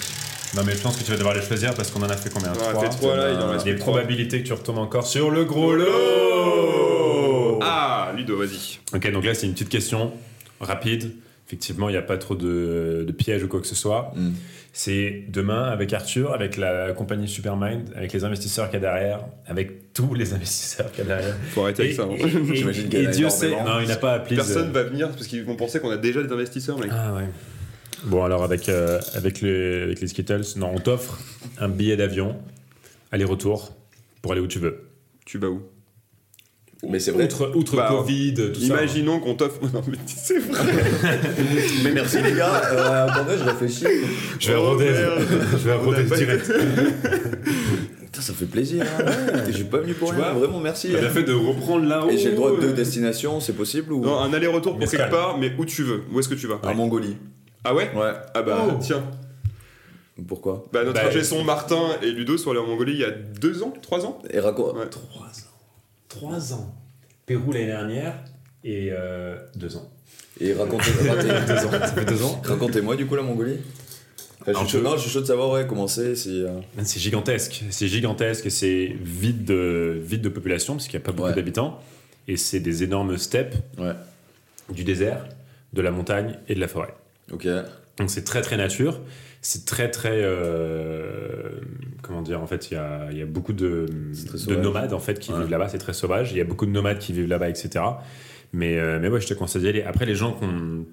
S3: Non mais je pense que tu vas devoir les choisir parce qu'on en a fait combien
S1: Ouais,
S3: Trois.
S1: fait trois, là, il en reste
S3: Des
S1: plus que trois.
S3: probabilités que tu retombes encore sur le gros lot.
S1: Ah, Ludo, vas-y.
S3: Ok, donc là, c'est une petite question rapide. Effectivement, il n'y a pas trop de, de pièges ou quoi que ce soit.
S1: Hmm.
S2: Mm.
S3: C'est demain avec Arthur, avec la compagnie Supermind, avec les investisseurs qu'il y a derrière, avec tous les investisseurs qu'il y a derrière.
S1: Faut arrêter avec ça. hein.
S2: J'imagine
S3: et,
S2: qu'il y en a
S3: Dieu sait,
S2: énormément.
S3: non, il n'a pas appelé.
S1: Personne va venir parce qu'ils vont penser qu'on a déjà des investisseurs, mec.
S3: Ah ouais. Bon, alors avec, euh, avec, le- avec les Skittles, non, on t'offre un billet d'avion, aller-retour, pour aller où tu veux.
S1: Tu vas où
S2: Mais c'est vrai.
S3: Outre, outre
S1: Bah,
S3: Covid, tout ça.
S1: Imaginons qu'on t'offre. Non, mais c'est vrai.
S2: Mais merci les gars. Euh, attendez, je réfléchis.
S3: Je vais à Rodez. Je vais à
S1: On a
S3: Rodez
S1: pas-
S3: direct.
S2: Putain, ça fait plaisir. Hein. Je suis pas venu pour
S3: Tu
S2: rien.
S3: vois
S2: Vraiment, merci.
S3: T'as bien fait de reprendre là-haut.
S2: Et j'ai le droit de deux destinations, c'est possible ou
S1: Non, un aller-retour pour
S3: Mais
S1: quelque
S3: ça-
S1: part, mais où tu veux. Où est-ce que tu vas
S2: En Mongolie.
S1: Ah ouais
S2: Ouais.
S1: Ah bah
S3: Oh.
S1: tiens.
S2: Pourquoi
S1: Bah notre
S3: Bah,
S1: ingé son Martin et Ludo sont allés en Mongolie il y a deux ans, trois ans
S2: Et raconte.
S1: Ouais.
S3: 3 ans. 3 ans. Pérou l'année dernière et 2 ans.
S2: Et racontez. racontez-
S3: Ça fait 2 ans
S2: Racontez-moi du coup la Mongolie. Enfin, Ah, je
S3: Un
S2: suis chaud,
S3: peu.
S2: non, je suis chaud de savoir ouais, comment c'est. Si, euh,
S3: Man, C'est gigantesque. C'est gigantesque et c'est vide de, vide de population parce qu'il n'y a pas beaucoup
S2: Ouais.
S3: d'habitants. Et c'est des énormes steppes,
S2: Ouais.
S3: du désert, de la montagne et de la forêt.
S2: Ok.
S3: Donc c'est très très nature. C'est très très. euh, comment dire En fait, il y a, il y a beaucoup de,
S2: C'est très
S3: de
S2: sauvage.
S3: nomades en fait qui
S2: Ouais.
S3: vivent là-bas. C'est très sauvage. Il y a beaucoup de nomades qui vivent là-bas, etc. Mais, euh, mais ouais, je te conseille d'y aller. Après, les gens qu'on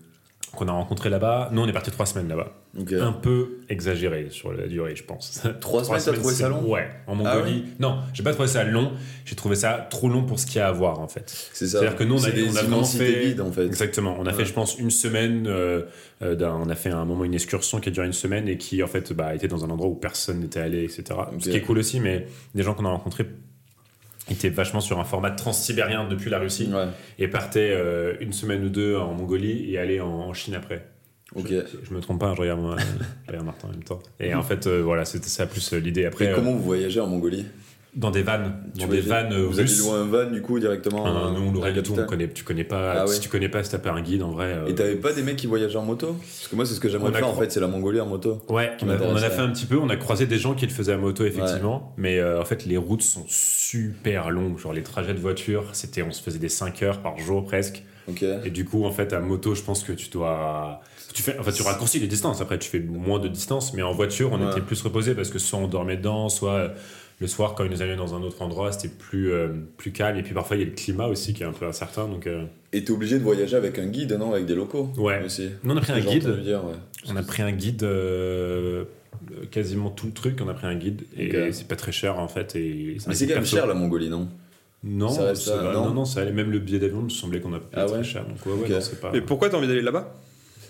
S3: qu'on a rencontrés là-bas, nous on est partis trois semaines là-bas.
S2: Ok.
S3: Un peu exagéré sur la durée, je pense.
S2: Trois semaines, t'as trouvé
S3: c'est-
S2: ça long Ah
S3: Ouais, en Mongolie. Non, j'ai pas trouvé ça long. J'ai trouvé ça trop long pour ce qu'il y a à voir en fait.
S2: C'est ça.
S3: C'est-à-dire que nous, on a-
S2: C'est des
S3: on a vraiment
S2: immensités
S3: fait-
S2: vides en fait.
S3: Exactement. On a fait, je pense, une semaine. euh, euh, d'un- on a fait à un moment une excursion qui a duré une semaine et qui, en fait, bah, était dans un endroit où personne n'était allé, etc. Ce qui est cool aussi, mais des gens qu'on a rencontrés étaient vachement sur un format transsibérien depuis la Russie
S2: Ouais.
S3: et partaient euh, une semaine ou deux en Mongolie et allaient en, en Chine après.
S2: Ok.
S3: Je, je me trompe pas, hein, je regarde, moi, je regarde Martin en même temps. Et en fait, euh, voilà, c'était ça plus euh, l'idée
S2: Et
S3: après. euh,
S2: comment vous voyagez en Mongolie
S3: Dans des vannes. Dans
S2: vois,
S3: des
S2: j'ai-
S3: vannes euh,
S2: Vous avez
S3: russes.
S2: loué un van du coup directement.
S3: Ah, non,
S2: euh,
S3: nous,
S2: dans la
S3: on l'aurait du tout. On
S2: capitale.
S3: connaît, tu connais pas.
S2: Ah ouais.
S3: Si tu connais pas, se taper un guide en vrai. euh,
S2: Et t'avais pas des mecs qui voyagent en moto Parce que moi, c'est ce que j'aimerais
S3: On a
S2: faire en
S3: cro-
S2: fait, c'est la Mongolie en moto.
S3: Ouais,
S2: qui
S3: on, a- on en a
S2: m'intéresse,
S3: fait
S2: ouais.
S3: un petit peu. On a croisé des gens qui le faisaient à moto, effectivement. Mais euh, en fait, les routes sont super longues. Genre, les trajets de voiture, c'était, on se faisait des 5 heures par jour presque.
S2: Ok.
S3: Et du coup, en fait, à moto, je pense que tu dois. Tu fais, enfin, tu raccourcis les distances. Après, tu fais moins de distance. Mais en voiture, on
S2: Ouais.
S3: était plus reposé parce que soit on dormait dedans, soit euh, le soir, quand ils nous allaient dans un autre endroit, c'était plus, euh, plus calme. Et puis parfois, il y a le climat aussi qui est un peu incertain. Donc, euh,
S2: Et t'es obligé de voyager avec un guide, non Avec des locaux
S3: Ouais.
S2: Aussi.
S3: Nous, on a pris un
S2: J'ai
S3: guide.
S2: entendu dire, ouais.
S3: On a pris un guide, euh, euh, quasiment tout le truc, on a pris un guide, et
S2: Ok.
S3: c'est pas très cher en fait. Et c'est un
S2: Mais c'est
S3: guide
S2: quand même
S3: perso.
S2: cher la Mongolie, non
S3: Non,
S2: Ça reste
S3: ça
S2: à-
S3: va,
S2: non.
S3: non, non, ça allait. Même le billet d'avion me semblait qu'on a payé
S2: Ah ouais
S3: très cher. Donc ouais, ouais,
S2: Ok.
S3: non, c'est pas.
S1: Mais pourquoi t'as envie d'aller là-bas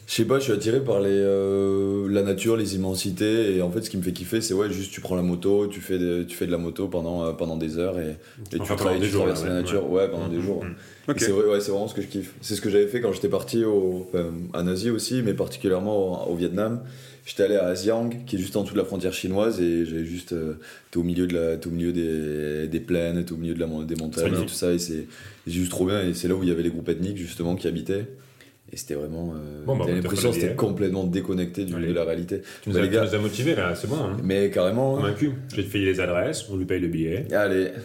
S2: Je sais pas, je suis attiré par les, euh, la nature, les immensités, et en fait, ce qui me fait kiffer, c'est ouais, juste tu prends la moto, tu fais de, tu fais de la moto pendant, euh, pendant des heures et, et
S3: Enfin,
S2: tu,
S3: pendant
S2: travailles,
S3: des
S2: tu
S3: jours,
S2: traverses
S3: ouais,
S2: la
S3: ouais. Mm,
S2: nature, ouais, pendant des jours. Et
S1: Ok.
S2: C'est vrai, ouais, c'est vraiment ce que je kiffe. C'est ce que j'avais fait quand j'étais parti au, enfin, en Asie aussi, mais particulièrement au, au Vietnam. J'étais allé à Asiang, qui est juste en dessous de la frontière chinoise, et j'ai juste. euh, t'es au milieu, de la, t'es au milieu des, des plaines, t'es au milieu de la, mon- des montagnes,
S3: Magnifique.
S2: et tout ça, et c'est c'est juste trop bien. Et c'est là où il y avait les groupes ethniques, justement, qui habitaient. Et c'était vraiment. euh,
S3: Bon, bah,
S2: t'avais
S3: on t'a
S2: l'impression que
S3: fait
S2: c'était
S3: la
S2: complètement déconnecté du,
S3: Allez.
S2: de la réalité.
S3: Tu nous,
S2: Bah,
S3: as,
S2: les gars.
S3: tu nous as motivés là, c'est bon. Hein.
S2: Mais carrément. hein.
S3: Convaincu. Je vais te payer les adresses, on lui paye le billet.
S2: Allez.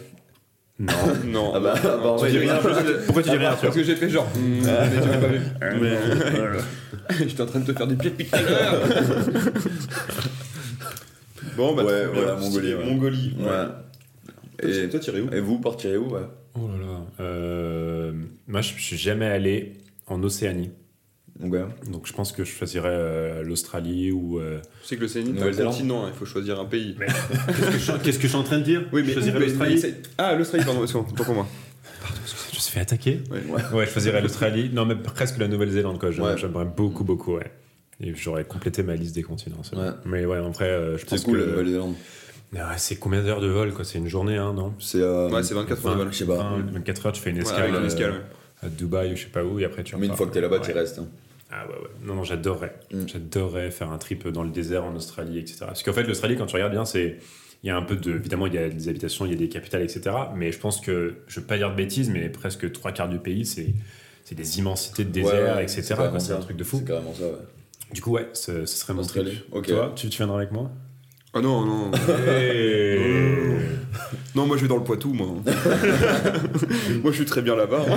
S3: Non.
S1: Non.
S2: Ah bah, apparemment,
S1: tu
S2: il
S1: dis
S2: est
S1: rien.
S2: là.
S1: Pourquoi tu dis rien
S4: Parce que j'ai fait genre. hmm, mais tu m'as pas vu. J'étais en train de te faire du pied depuis tout à l'heure.
S1: Bon, bah,
S2: Ouais,
S1: très
S2: voilà,
S1: bien.
S2: Mongolie, ouais.
S1: Mongolie.
S2: Ouais.
S1: ouais.
S2: Et,
S1: Toi, t'irais où
S2: et vous partirez où ouais
S3: Oh là là. Euh, moi, je je suis jamais allé en Océanie.
S2: Donc, ouais.
S3: Donc je pense que je choisirais euh, l'Australie ou. euh,
S1: Tu sais que l'Océanie, c'est un
S2: Nouvelle-Zélande.
S1: continent, hein, il faut choisir un pays.
S3: Qu'est-ce que je- Qu'est-ce que je suis en train de dire
S1: Oui, mais
S3: Je choisirais
S1: mais-
S3: l'Australie.
S1: mais- Ah, l'Australie, pardon, excuse-moi, autant pour moi.
S3: Je me suis fait attaquer.
S1: Ouais.
S3: Ouais, je choisirais l'Australie. Non, mais presque la Nouvelle-Zélande, quoi. J'aimerais
S2: Ouais.
S3: j'aimerais beaucoup, beaucoup, ouais. Et j'aurais complété ma liste des continents. c'est vrai.
S2: Ouais.
S3: Mais ouais, en vrai, euh, je pense
S2: C'est cool,
S3: que.
S2: la Nouvelle-Zélande.
S3: Ah ouais, c'est combien d'heures de vol, quoi C'est une journée, hein, non
S2: C'est. euh,
S1: Ouais, c'est 24 heures de vol.
S2: Je sais pas.
S3: 20, 24 heures, tu fais une
S1: Ouais,
S3: escale
S1: avec une
S3: euh,
S1: escale, ouais.
S3: à Dubaï ou je sais pas où, et après tu
S2: Mais une
S3: repars.
S2: fois que t'es là-bas,
S3: Ouais.
S2: tu restes. hein.
S3: Ah ouais, ouais. Non, non, j'adorerais.
S2: Mm.
S3: J'adorerais faire un trip dans le désert en Australie, etc. Parce qu'en fait, l'Australie, quand tu regardes bien, c'est. Il y a un peu de. Évidemment, il y a des habitations, il y a des capitales, etc. Mais je pense que. Je veux pas dire de bêtises, mais presque trois quarts du pays, c'est. C'est des immensités de désert,
S2: Ouais, ouais,
S3: etc.
S2: carrément
S3: quoi. C'est
S2: ça.
S3: un truc de fou.
S2: C'est carrément ça, ouais.
S3: Du coup, ouais, ce, ce serait mon
S2: Australie,
S3: trip.
S2: ok.
S3: Toi, tu, tu viendras avec moi
S1: Ah non, non. non, moi, je vais dans le Poitou, moi. moi, je suis très bien là-bas. hein.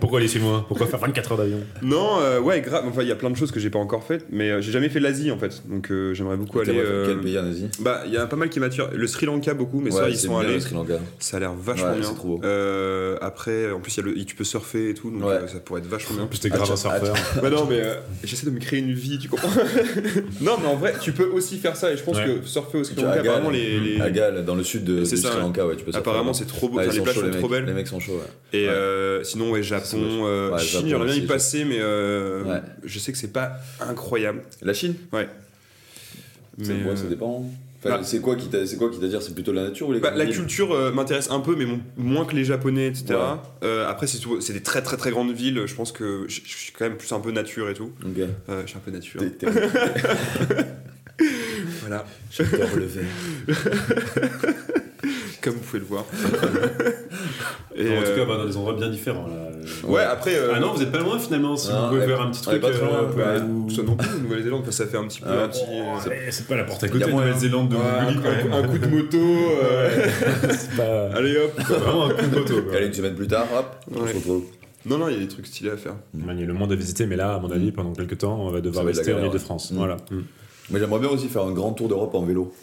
S3: Pourquoi aller si loin Pourquoi faire 24 heures d'avion
S1: Non, euh, ouais, grave. Enfin, il y a plein de choses que j'ai pas encore faites, mais euh, j'ai jamais fait l'Asie en fait. Donc euh, j'aimerais beaucoup aller.
S2: T'aimerais faire
S1: euh,
S2: Quel pays en Asie
S1: Bah, il y en a pas mal qui m'attirent. Le Sri Lanka beaucoup, mais ça,
S2: Ouais,
S1: ils
S2: c'est
S1: sont
S2: bien, le
S1: allés.
S2: Sri Lanka.
S1: Ça a l'air vachement
S2: Ouais,
S1: bien.
S2: c'est trop beau.
S1: Euh, après, en plus, il y a le- tu peux surfer et tout, donc
S2: Ouais.
S1: euh, ça pourrait être vachement
S3: En
S1: bien.
S3: plus, t'es grave
S2: Ah,
S3: un surfeur.
S1: bah non, mais euh, j'essaie de me créer une vie, tu comprends Non, mais en vrai, tu peux aussi faire ça, et je pense
S3: Ouais.
S1: que surfer au Sri
S2: Tu
S1: Lanka,
S2: as Gall.
S1: apparemment, les, les-
S2: À Galles, dans le sud de,
S1: C'est
S2: du
S1: ça,
S2: Sri
S1: ouais.
S2: Lanka, ouais, tu peux surfer
S1: apparemment,
S2: là-bas.
S1: c'est trop beau.
S2: Ah,
S1: Enfin,
S2: ils
S1: les
S2: sont
S1: plages
S2: chauds,
S1: sont
S2: les
S1: trop
S2: mecs.
S1: belles.
S2: Les mecs sont chauds, ouais.
S1: Et
S2: Ouais.
S1: euh, sinon, ouais, Japon,
S2: dommage.
S1: euh,
S2: Ouais,
S1: Chine,
S2: Japon
S1: j'aimerais bien y
S2: aussi,
S1: passer, mais euh,
S2: Ouais.
S1: je sais que c'est pas incroyable.
S2: La Chine
S1: Ouais.
S2: C'est-
S1: Mais,
S2: ouais,
S1: euh,
S2: ça dépend. Enfin,
S1: bah-
S2: c'est quoi qui t'a- c'est quoi qui t'attire C'est plutôt la nature ou les
S1: Bah,
S2: grandes
S1: la
S2: villes
S1: culture euh, m'intéresse un peu, mais mon- moins que les Japonais, etc.
S2: Ouais.
S1: Euh, après, c'est tout- c'est des très très très grandes villes. Je pense que je je suis quand même plus un peu nature et tout.
S2: Ok.
S1: Euh, je suis un peu nature.
S2: T'es- t'es-
S1: Voilà,
S2: J'adore le verre.
S1: comme vous pouvez le voir. et,
S3: en tout
S1: euh,
S3: cas, bah, dans des endroits bien différents. Là.
S1: ouais, après. euh,
S3: Ah non, vous êtes pas loin finalement. Si
S2: Non,
S3: vous pouvez
S2: elle-
S3: faire un petit
S2: elle est
S3: truc.
S2: pas très loin,
S3: euh,
S1: bah,
S3: pour-
S1: que ce soit non plus, Nouvelle-Zélande, parce que ça fait un petit peu
S2: Ah.
S1: un petit. euh,
S3: Oh, ouais, C'est pas la porte à
S2: Y a
S3: côté.
S2: moyen.
S3: Nouvelle-Zélande de
S1: un,
S3: Mongolie, quand
S1: un-
S3: même.
S1: un coup de moto. euh,
S3: C'est pas-
S1: allez hop.
S3: Ah, c'est vraiment un coup de moto. quoi.
S2: Allez, une semaine plus tard, hop, on
S1: Ouais.
S2: se retrouve.
S1: Non, non, il y a des trucs stylés à faire.
S3: Man, Il y a le monde à visiter, mais là, à mon avis, pendant quelques temps, on va devoir
S2: Ça va être la
S3: rester en
S2: galère,
S3: Ile-de-France.
S2: ouais.
S3: Voilà.
S2: Mais j'aimerais bien aussi faire un grand tour d'Europe en vélo.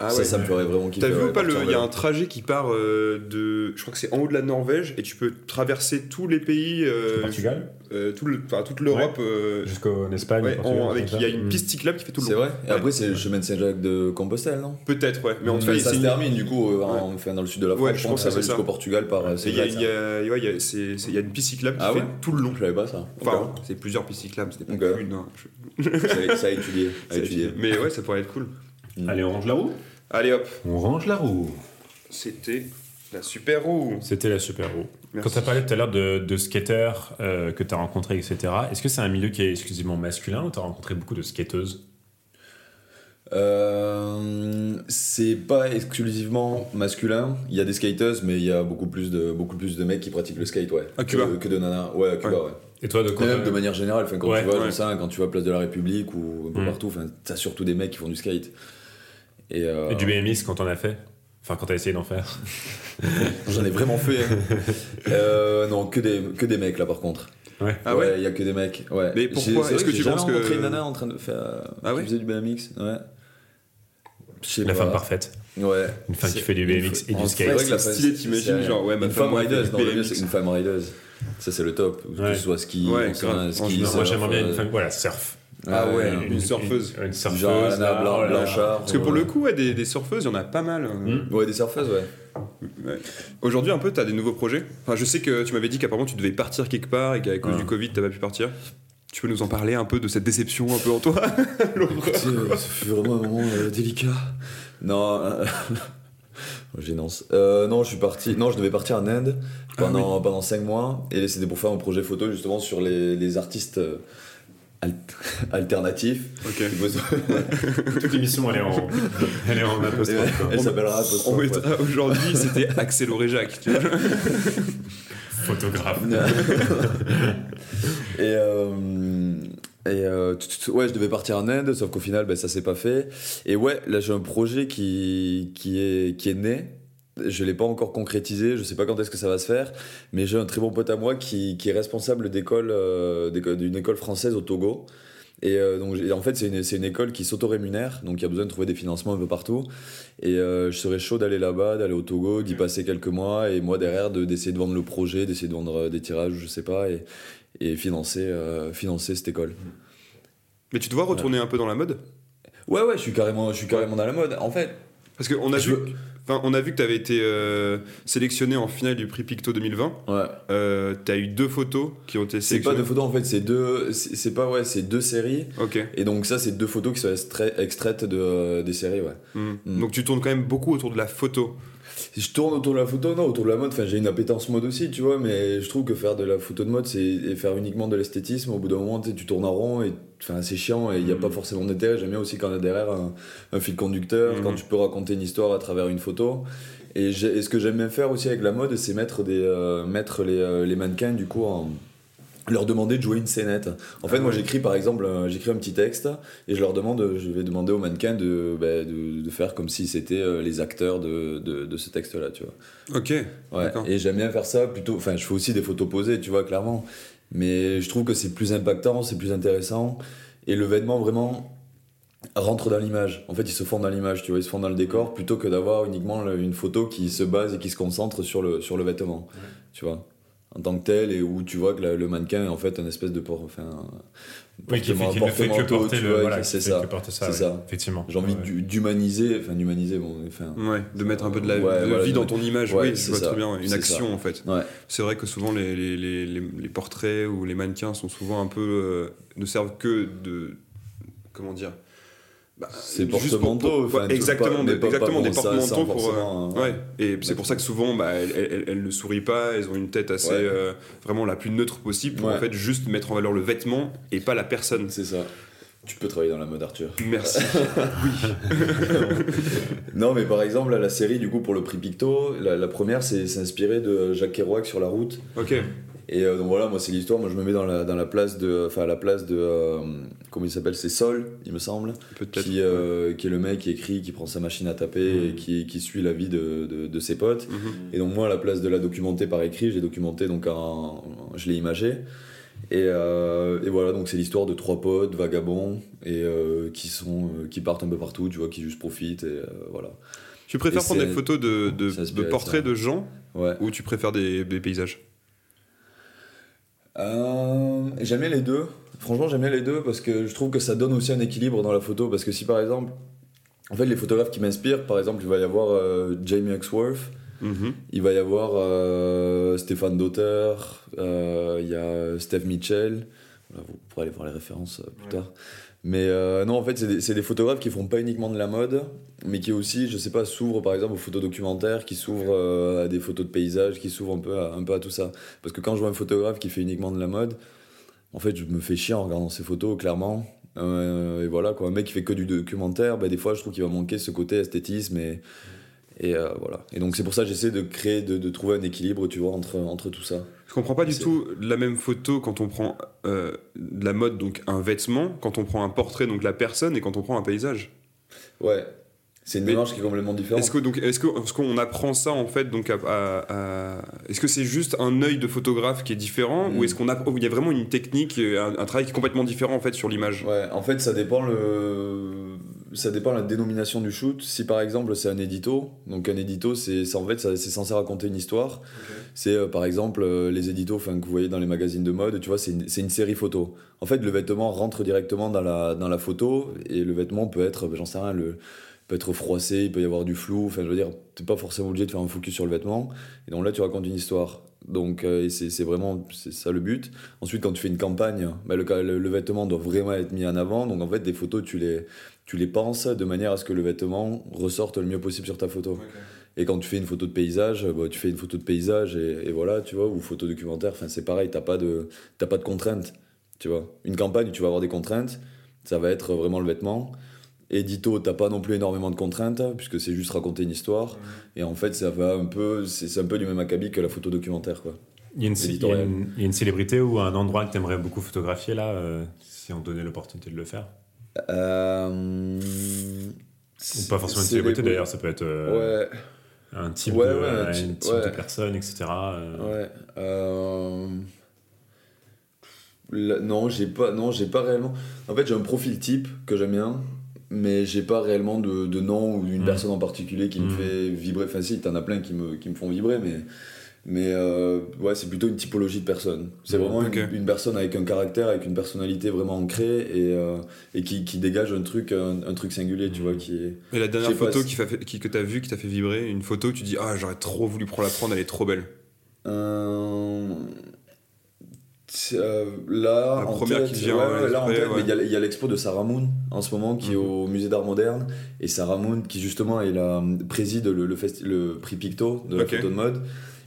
S1: Ah
S2: ça, ça me ferait vraiment kiffer.
S1: T'as vu
S2: ouais,
S1: ou pas,
S2: partir en
S1: le- il y a
S2: vélo.
S1: un trajet qui part euh, de. Je crois que c'est en haut de la Norvège et tu peux traverser tous les pays, euh,
S3: Portugal
S1: euh, tout le- enfin, toute l'Europe. euh,
S3: Jusqu'en Espagne.
S1: ouais,
S3: Portugal,
S1: en- avec,
S3: comme
S1: il y a
S3: ça. Mm.
S1: une piste cyclable qui fait tout le
S2: C'est
S1: long.
S2: vrai Et après, c'est le chemin de Saint-Jacques de Compostelle, non
S1: Peut-être, ouais.
S3: Mm.
S1: Mais en tout cas,
S2: Mais
S1: il y a-
S2: ça se
S1: c'est-
S2: termine du coup euh, en- enfin, dans le sud de la France.
S1: Ouais,
S2: je pense que ça va
S1: c'est ça.
S2: jusqu'au Portugal par. euh,
S1: et
S2: c'est
S1: il y a-
S2: vrai,
S1: il
S2: ça.
S1: y a- ouais, il y a c'est- c'est- il y a une piste cyclable qui
S2: Ah
S1: fait
S2: ouais
S1: tout le long.
S2: Je savais pas ça.
S1: Enfin, c'est plusieurs pistes cyclables, c'était pas
S2: Ok.
S1: qu'une. hein. Je-
S2: Ok. ça, ça a étudié. à
S1: c'est-
S2: étudier.
S1: Mais ouais, ça pourrait être cool.
S3: Allez, on range la roue
S1: Allez hop,
S3: On range la roue.
S1: c'était la super roue.
S3: C'était la super roue.
S1: Merci.
S3: Quand tu as parlé tout à l'heure de, de skateurs euh, que tu as rencontrés, etc., est-ce que c'est un milieu qui est exclusivement masculin ou tu as rencontré beaucoup de skateuses
S2: Euh, c'est pas exclusivement masculin. Il y a des skateuses, mais il y a beaucoup plus de, beaucoup plus de mecs qui pratiquent le skate, ouais.
S1: À Cuba.
S2: Que, que de nanas. Ouais, à Cuba,
S1: Ouais.
S2: ouais.
S3: Et toi, de quoi
S2: Mais même de manière générale, enfin, quand
S3: Ouais,
S2: tu vas
S1: ouais.
S2: comme ça, quand tu vas à Place de la République ou un peu
S3: Mm.
S2: partout, enfin, t'as surtout des mecs qui font du skate. Et, euh,
S3: Et du BMX quand on a fait Enfin, quand t'as essayé d'en faire.
S2: j'en ai vraiment fait. hein. Euh, non, que des, que des mecs là par contre.
S3: Ouais.
S1: Ah
S2: ouais,
S1: ouais
S2: il y a que des mecs. Ouais.
S1: Mais
S2: J'ai-
S1: pourquoi
S2: c'est vrai
S1: Est-ce que
S2: j'ai
S1: tu
S2: jamais
S1: penses que-
S2: rencontré une nana en train de faire
S1: Ah ouais
S2: qui faisait du BMX Ouais. Je sais
S3: La
S2: pas.
S3: femme parfaite.
S2: Ouais.
S3: Une femme qui
S2: C'est-
S3: fait du
S2: une
S3: BMX
S2: fa-
S3: et
S2: en
S3: du
S2: vrai
S3: skate.
S2: que la
S1: C'est
S2: femme-
S1: stylé, t'imagines,
S2: c'est-
S1: genre, ouais, ma
S2: une
S1: femme,
S2: femme
S1: elle fait
S2: rideuse,
S1: du
S2: non, le mieux,
S1: BMX.
S2: c'est une femme rideuse. Ça, c'est le top. Que
S3: Ouais.
S2: ce soit ski,
S1: Ouais,
S2: on sait
S1: grave.
S2: un ski,
S1: Franchement,
S3: Non, moi,
S2: surf,
S3: j'aimerais bien
S2: euh,
S3: une femme. Voilà, surf.
S2: Ah ouais,
S1: une surfeuse.
S3: Une, une surfeuse.
S2: euh, Genre Anna
S3: là,
S2: Blan-
S3: oh là là.
S2: Blanchard. euh,
S1: Parce que pour le coup, ouais, des, des surfeuses, il y en a pas mal. euh,
S2: Ouais, des surfeuses, ouais.
S1: ouais. Aujourd'hui, un peu, t'as des nouveaux projets. Enfin, je sais que tu m'avais dit qu'apparemment, tu devais partir quelque part et qu'à cause
S2: Ouais.
S1: du Covid, t'as pas pu partir. Tu peux nous en parler un peu de cette déception un peu en toi L'horreur.
S2: Écoutez, euh, ça fut vraiment un moment euh, délicat. Non, euh, gênance. Euh, non, je suis parti. Non, je devais partir en Inde pendant pendant cinq mois et c'était pour faire un projet photo justement sur les, les artistes euh, al- alternatifs.
S1: Ok.
S2: Il faut-
S3: Toute l'émission, elle est en, elle est en apostrophe. quoi.
S2: Elle s'appellera.
S1: On
S2: apostrophe, ouais.
S1: mettra aujourd'hui, c'était Axel Jacques. tu vois.
S3: Photographe.
S2: et euh, et euh, tout- tout- tout- ouais, je devais partir en Inde, sauf qu'au final, ben, ça s'est pas fait. Et ouais, là j'ai un projet qui, qui, est, qui est né. Je l'ai pas encore concrétisé, je sais pas quand est-ce que ça va se faire, mais j'ai un très bon pote à moi qui, qui est responsable d'école, euh, d'éco- d'une école française au Togo. Et euh, donc, j'ai- en fait, c'est une, c'est une école qui s'auto-rémunère, donc il y a besoin de trouver des financements un peu partout. Et euh, je serais chaud d'aller là-bas, d'aller au Togo, d'y passer quelques mois, et moi derrière de- d'essayer de vendre le projet, d'essayer de vendre euh, des tirages, je sais pas, et, et financer, euh, financer cette école.
S1: Mais tu te vois retourner un peu dans la mode
S2: Ouais, ouais, je suis carrément, je suis carrément dans la mode. En fait,
S1: Parce qu'on a,
S2: Je
S1: vu-
S2: veux-
S1: enfin, on a vu que t'avais été euh, sélectionné en finale du prix Picto 2020.
S2: ouais.
S1: Euh, t'as eu deux photos qui ont été
S2: C'est pas
S1: sélectionnées.
S2: de photos, en fait, c'est deux, c'est c'est pas, ouais, c'est deux séries.
S1: Ok.
S2: Et donc ça, c'est deux photos qui sont extra- extraites de, euh, des séries, ouais.
S1: Mm.
S2: Mm.
S1: Donc tu tournes quand même beaucoup autour de la photo.
S2: Si je tourne autour de la photo, non, autour de la mode, enfin j'ai une appétence mode aussi, tu vois, mais je trouve que faire de la photo de mode, c'est et faire uniquement de l'esthétisme, au bout d'un moment, tu sais, tu tournes en rond, et enfin c'est chiant, et il n'y a pas forcément d'intérêt. J'aime bien aussi quand on a derrière un, un fil conducteur,
S1: Mhm.
S2: quand tu peux raconter une histoire à travers une photo. Et, j'ai- et ce que j'aime bien faire aussi avec la mode, c'est mettre, des, euh, mettre les, euh, les mannequins, du coup, en- leur demander de jouer une scénette. En fait, moi, j'écris par exemple, euh, j'écris un petit texte et je leur demande, je vais demander aux mannequins de, bah, de, de faire comme si c'était euh, les acteurs de, de, de ce texte-là, tu vois.
S1: Ok.
S2: Ouais,
S1: D'accord.
S2: et j'aime bien faire ça plutôt. Enfin, je fais aussi des photos posées, tu vois, clairement. Mais je trouve que c'est plus impactant, c'est plus intéressant. Et le vêtement, vraiment, rentre dans l'image. En fait, ils se font dans l'image, tu vois, ils se font dans le décor plutôt que d'avoir uniquement le- une photo qui se base et qui se concentre sur le, sur le vêtement, tu vois, en tant que tel. Et où tu vois que la- le mannequin est en fait un espèce de port. Enfin, un
S3: Oui, qui, fait, qui ne fait que
S2: porte-manteau,
S3: porter
S2: tu
S3: le.
S2: vois,
S3: Voilà,
S2: qui-
S3: qui
S2: c'est
S3: fait
S2: ça.
S3: que porter ça.
S2: c'est
S3: ouais.
S2: ça.
S3: Effectivement.
S2: J'ai envie
S3: Ouais.
S2: d'hu- d'humaniser, enfin, d'humaniser, bon, enfin.
S1: Ouais, de mettre un peu de la
S2: Ouais,
S1: de
S2: voilà,
S1: vie
S2: de
S1: dans
S2: mettre-
S1: ton image.
S2: Ouais,
S1: oui, je
S2: c'est
S1: vois
S2: ça.
S1: très bien. Une
S2: C'est
S1: action en fait.
S2: Ouais.
S1: C'est vrai que souvent les, les, les, les, les portraits ou les mannequins sont souvent un peu euh, ne servent que de comment dire. Bah,
S2: C'est
S1: juste pour-
S2: porte-manteaux,
S1: pour-
S2: enfin, tu
S1: exactement,
S2: vois,
S1: des,
S2: mais pas-
S1: exactement
S2: pas
S1: des
S2: pour ça,
S1: porte-manteaux
S2: sans
S1: pour. euh,
S2: forcément,
S1: ouais.
S2: euh,
S1: Et c'est pour ça que souvent, bah, elles, elles- elles- elles ne sourient pas. Elles ont une tête assez
S2: Ouais.
S1: euh, vraiment la plus neutre possible pour
S2: Ouais.
S1: en fait juste mettre en valeur le vêtement et pas la personne.
S2: C'est ça. Tu peux travailler dans la mode, Arthur.
S1: Merci.
S2: Non, mais par exemple, là, la série, du coup, pour le prix Picto, la, la première, c'est c'est inspiré de Jacques Kerouac sur la route.
S1: ok.
S2: Et euh, donc voilà, moi, c'est l'histoire. Moi, je me mets dans la, dans la place de. Enfin, à la place de. euh, comment il s'appelle C'est Sol, il me semble.
S1: Peut-être. Mm.
S2: Qui, euh, qui est le mec qui écrit, qui prend sa machine à taper et qui, qui suit la vie de, de- de ses potes.
S1: Mhm.
S2: Et donc, moi, à la place de la documenter par écrit, j'ai documenté, donc, en- je l'ai imagé. Et, euh, et voilà, donc c'est l'histoire de trois potes vagabonds et euh, qui sont euh, qui partent un peu partout, tu vois, qui juste profitent et euh, voilà.
S1: Tu préfères
S2: Et
S1: prendre des
S2: c'est-
S1: photos de, de,
S2: ça se hein.
S1: de
S2: fait,
S1: portraits
S2: ça.
S1: de gens
S2: Ouais.
S1: ou tu préfères des, des paysages
S2: Euh, j'aime bien les deux. Franchement, j'aime bien les deux parce que je trouve que ça donne aussi un équilibre dans la photo. Parce que si par exemple, en fait, les photographes qui m'inspirent, par exemple, il va y avoir euh, Jamie Axworth,
S1: Mhm.
S2: il va y avoir euh, Stéphane Dauter, euh, il y a Steve Mitchell. Voilà, vous pourrez aller voir les références euh, plus tard. Mais euh, non, en fait, c'est des, c'est des photographes qui font pas uniquement de la mode, mais qui aussi, je sais pas, s'ouvrent par exemple aux photos documentaires, qui s'ouvrent euh, à des photos de paysages, qui s'ouvrent un peu, à, un peu à tout ça. Parce que quand je vois un photographe qui fait uniquement de la mode, en fait, je me fais chier en regardant ses photos, clairement. Euh, et voilà, quoi. Un mec qui fait que du documentaire, bah, des fois, je trouve qu'il va manquer ce côté esthétisme et. Et euh, voilà. Et donc, c'est pour ça que j'essaie de créer, de, de trouver un équilibre, tu vois, entre, entre tout ça.
S1: Je comprends pas du
S2: C'est-
S1: tout la même photo quand on prend euh, de la mode, donc un vêtement, quand on prend un portrait, donc la personne, et quand on prend un paysage.
S2: Ouais. C'est une
S1: Mais-
S2: démarche qui est complètement différente.
S1: Est-ce que donc est-ce que est-ce qu'on apprend ça en fait donc à, à- à- est-ce que c'est juste un œil de photographe qui est différent
S2: Mm.
S1: ou est-ce qu'on a il y a vraiment une technique euh, un, un travail qui est complètement différent en fait sur l'image.
S2: Ouais, en fait, ça dépend le ça dépend la dénomination du shoot. Si par exemple c'est un édito, donc un édito c'est c'est- en fait ça- c'est censé raconter une histoire. C'est euh, par exemple euh, les éditos enfin que vous voyez dans les magazines de mode, tu vois, c'est une, c'est une série photo. En fait, le vêtement rentre directement dans la, dans la photo et le vêtement peut être, j'en sais rien, le, peut être froissé, il peut y avoir du flou. Enfin, je veux dire, t'es pas forcément obligé de faire un focus sur le vêtement. Et donc là, tu racontes une histoire. Donc euh, et c'est c'est vraiment c'est ça le but. Ensuite, quand tu fais une campagne, bah, le, ca- le- le vêtement doit vraiment être mis en avant. Donc, en fait, des photos, tu les, tu les penses de manière à ce que le vêtement ressorte le mieux possible sur ta photo. Et quand tu fais une photo de paysage, bah, tu fais une photo de paysage et, et voilà, tu vois, ou photo documentaire, enfin, c'est pareil, t'as pas, de, t'as pas de contraintes. Tu vois, une campagne, tu vas avoir des contraintes, ça va être vraiment le vêtement. Édito, t'as pas non plus énormément de contraintes, puisque c'est juste raconter une histoire.
S3: Mmh.
S2: Et en fait, ça va un peu, c'est c'est un peu du même acabit que la photo documentaire, quoi.
S3: Il y, a une, il y a une- il y a une célébrité ou un endroit que t'aimerais beaucoup photographier là, euh, si on te donnait l'opportunité de le faire
S2: Euh,
S3: Ou pas forcément une
S2: c'est
S3: célébrité
S2: des-
S3: d'ailleurs, ça peut être euh,
S2: Ouais,
S3: un type,
S2: Ouais,
S3: de,
S2: ouais, un
S3: un
S2: type-
S3: type de
S2: ouais.
S3: personne, etc. euh,
S2: ouais. euh, là, non, j'ai pas, non, j'ai pas réellement. En fait, j'ai un profil type que j'aime bien, mais j'ai pas réellement de, de nom ou d'une
S3: Mm.
S2: personne en particulier qui me
S3: Mm.
S2: fait vibrer. Enfin, si, t'en as plein qui me, qui me font vibrer, mais. Mais euh, ouais, c'est plutôt une typologie de personne. C'est
S3: Mm,
S2: vraiment une-
S1: ok.
S2: une, personne avec un caractère, avec une personnalité vraiment ancrée et, euh, et qui, qui dégage un truc, un, un truc singulier,
S3: Mm.
S2: tu vois, qui est.
S1: Et la dernière
S2: Je sais pas
S1: photo
S2: si-
S1: qui, t'a fait- qui- que t'as vue qui t'a fait vibrer une photo où tu dis ah j'aurais trop voulu pour la prendre elle est trop belle.
S2: Euh, t- euh, là,
S1: La
S2: en
S1: première
S2: tête-
S1: qui vient,
S2: ouais,
S1: ouais,
S2: ouais, là, en
S1: l'esprit,
S2: tête,
S1: ouais.
S2: mais il y a- il y a, l'expo de Sarah Moon en ce moment qui est
S1: Mhm.
S2: au musée d'art moderne et Sarah Moon qui justement est la, euh, préside le, le, festi- le prix Picto de la
S1: Ok.
S2: photo de mode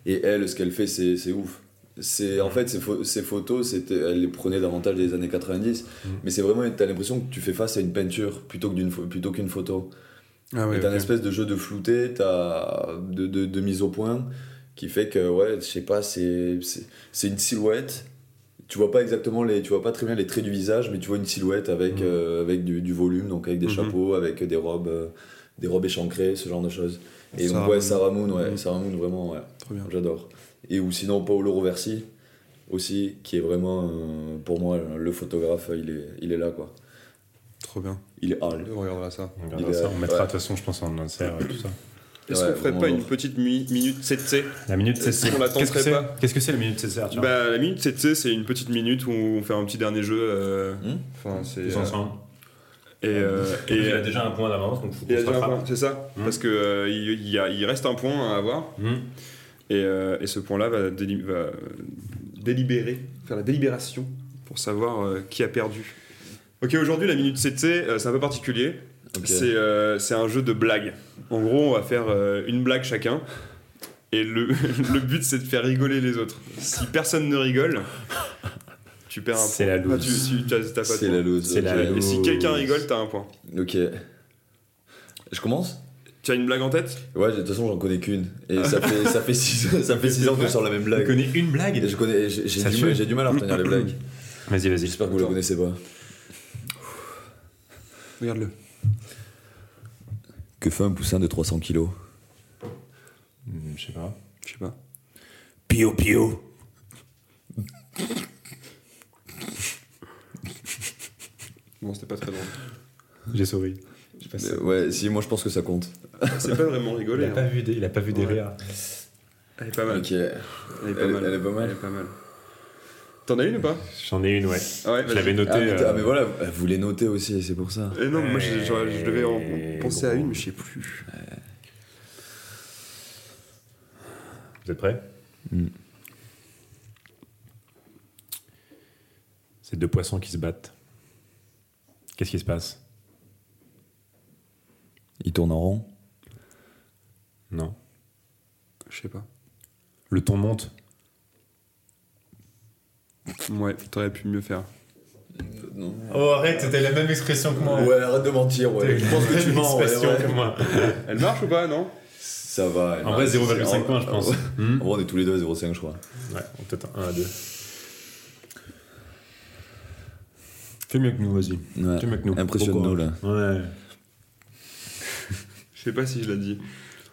S2: et elle, ce qu'elle fait, c'est c'est ouf. C'est en
S1: Mhm.
S2: fait ces, pho- ces photos, c'était, elle les prenait davantage des années 90,
S3: Mhm.
S2: mais c'est vraiment t'as l'impression que tu fais face à une peinture plutôt que d'une pho- plutôt qu'une photo.
S1: Ah
S2: Et t'as un espèce de jeu de flouté, t'as de, de, de mise au point qui fait que, ouais, je sais pas, c'est c'est- c'est une silhouette. Tu vois pas exactement les, tu vois pas très bien les traits du visage, mais tu vois une silhouette avec,
S3: Mhm.
S2: euh, avec du, du volume, donc avec des
S1: Mhm.
S2: chapeaux, avec des robes, euh, des robes échancrées, ce genre de choses. Et
S1: Sarah
S2: donc ouais,
S1: Moon.
S2: Sarah Moon, ouais,
S1: Mhm.
S2: Sarah Moon vraiment, ouais,
S1: Trop bien.
S2: j'adore. Et ou sinon Paolo Roversi aussi, qui est vraiment euh, pour moi le photographe, il est, il est là quoi.
S1: Trop bien.
S2: Il est hall.
S1: On regardera ça.
S3: on regardera
S2: Il est-
S3: ça, on mettra de
S2: ouais.
S3: toute façon, je pense, en insert et tout ça.
S1: Est-ce
S2: Ouais,
S1: qu'on ferait
S2: vraiment
S1: pas une
S2: lourd.
S1: petite mi- minute CC
S3: La minute
S2: Euh,
S1: Est-ce
S3: CC.
S1: qu'on la
S3: Qu'est-ce que
S1: tenterait
S3: c'est
S1: pas
S3: Qu'est-ce que c'est la minute CC Arthur
S1: Bah la minute CC c'est une petite minute où on fait un petit dernier jeu. euh,
S2: Hmm
S1: Enfin c'est.
S3: Tous
S1: euh,
S3: ensemble.
S1: et euh,
S3: Et il
S1: et,
S3: a déjà un point d'avance, donc faut qu'on
S1: Il y a
S3: se
S1: déjà un
S3: rattrape.
S1: point, c'est ça
S3: Hmm.
S1: Parce que euh, il, il y a- il reste un point à avoir,
S3: Hmm.
S1: et, euh, et ce point-là va, déli- va, euh, délibérer, faire la délibération pour savoir euh, qui a perdu. Ok, aujourd'hui, la minute CT, euh, c'est un peu particulier.
S2: Ok.
S1: C'est euh, c'est un jeu de blagues. En gros, on va faire euh, une blague chacun. Et le, le but, c'est de faire rigoler les autres. Si personne ne rigole, tu perds un point.
S3: C'est la
S1: Ah, tu,
S3: loose.
S1: tu- t'as- t'as pas de
S2: C'est
S1: point.
S2: la loose.
S3: C'est la
S2: ok.
S1: Et si quelqu'un rigole, t'as un point.
S2: Ok. Je commence
S1: Tu as une blague en tête
S2: Ouais, de toute façon, j'en connais qu'une. Et ça fait 6 ça fait six- ça fait six ans que je sors la même
S3: Tu
S2: blague.
S3: connais une
S2: Et
S3: blague
S2: je connais, j'ai j'ai
S3: Ça
S2: du,
S3: tue.
S2: mal- j'ai du mal à retenir les blagues.
S3: Vas-y, vas-y.
S2: J'espère que vous la connaissez pas.
S1: Regarde-le.
S2: Que fait un poussin de 300 kilos
S3: Hmm, Je sais pas.
S1: Je sais pas.
S2: Pio Pio
S1: Bon, c'était pas très drôle.
S3: J'ai souri.
S2: Euh, Ouais, si, moi je pense que ça compte.
S1: C'est pas vraiment
S3: Il
S1: rigolé.
S3: a
S2: hein.
S3: pas vu des, il a pas vu des
S1: Ouais.
S3: rires.
S1: Elle est pas mal.
S2: Ok. Ah, Elle,
S1: Elle est pas mal.
S2: elle est pas
S1: Elle
S2: mal.
S1: est pas mal. T'en as une ou pas
S3: J'en ai une, ouais.
S1: Ah ouais,
S3: Je
S1: vas-y.
S3: l'avais notée.
S2: Ah, mais, t'as-
S3: euh,
S2: ah, mais voilà, vous les notez aussi, c'est pour ça.
S1: Eh non, moi je, j'aurais- je devais
S3: Et
S1: en penser à
S3: bon.
S1: une, mais je sais plus.
S3: Vous êtes prêts Hmm.
S2: Mm.
S3: C'est deux poissons qui se battent. Qu'est-ce qui se passe
S2: Ils tournent en rond.
S3: Non.
S1: Je sais pas.
S3: Le ton monte.
S1: Ouais, t'aurais pu mieux faire.
S3: Oh, arrête, t'as la même expression que moi.
S2: Ouais, arrête de mentir,
S3: T'as
S2: ouais. Je
S3: la
S2: pense
S3: même
S2: que tu mens, ouais,
S3: expression
S2: ouais.
S3: que moi.
S1: Elle marche ou pas, non
S2: Ça va. elle
S3: En vrai,
S2: marche.
S3: 0,5
S2: En-
S3: points, je pense.
S2: en-
S3: Hmm
S2: En vrai, on est tous les deux à 0,5, je crois.
S3: Ouais, peut-être un à deux. Fais mieux que nous, vas-y.
S2: Ouais.
S3: Fais mieux que nous.
S2: Impressionne-nous, là.
S3: Ouais.
S1: Je sais pas si je l'ai dit.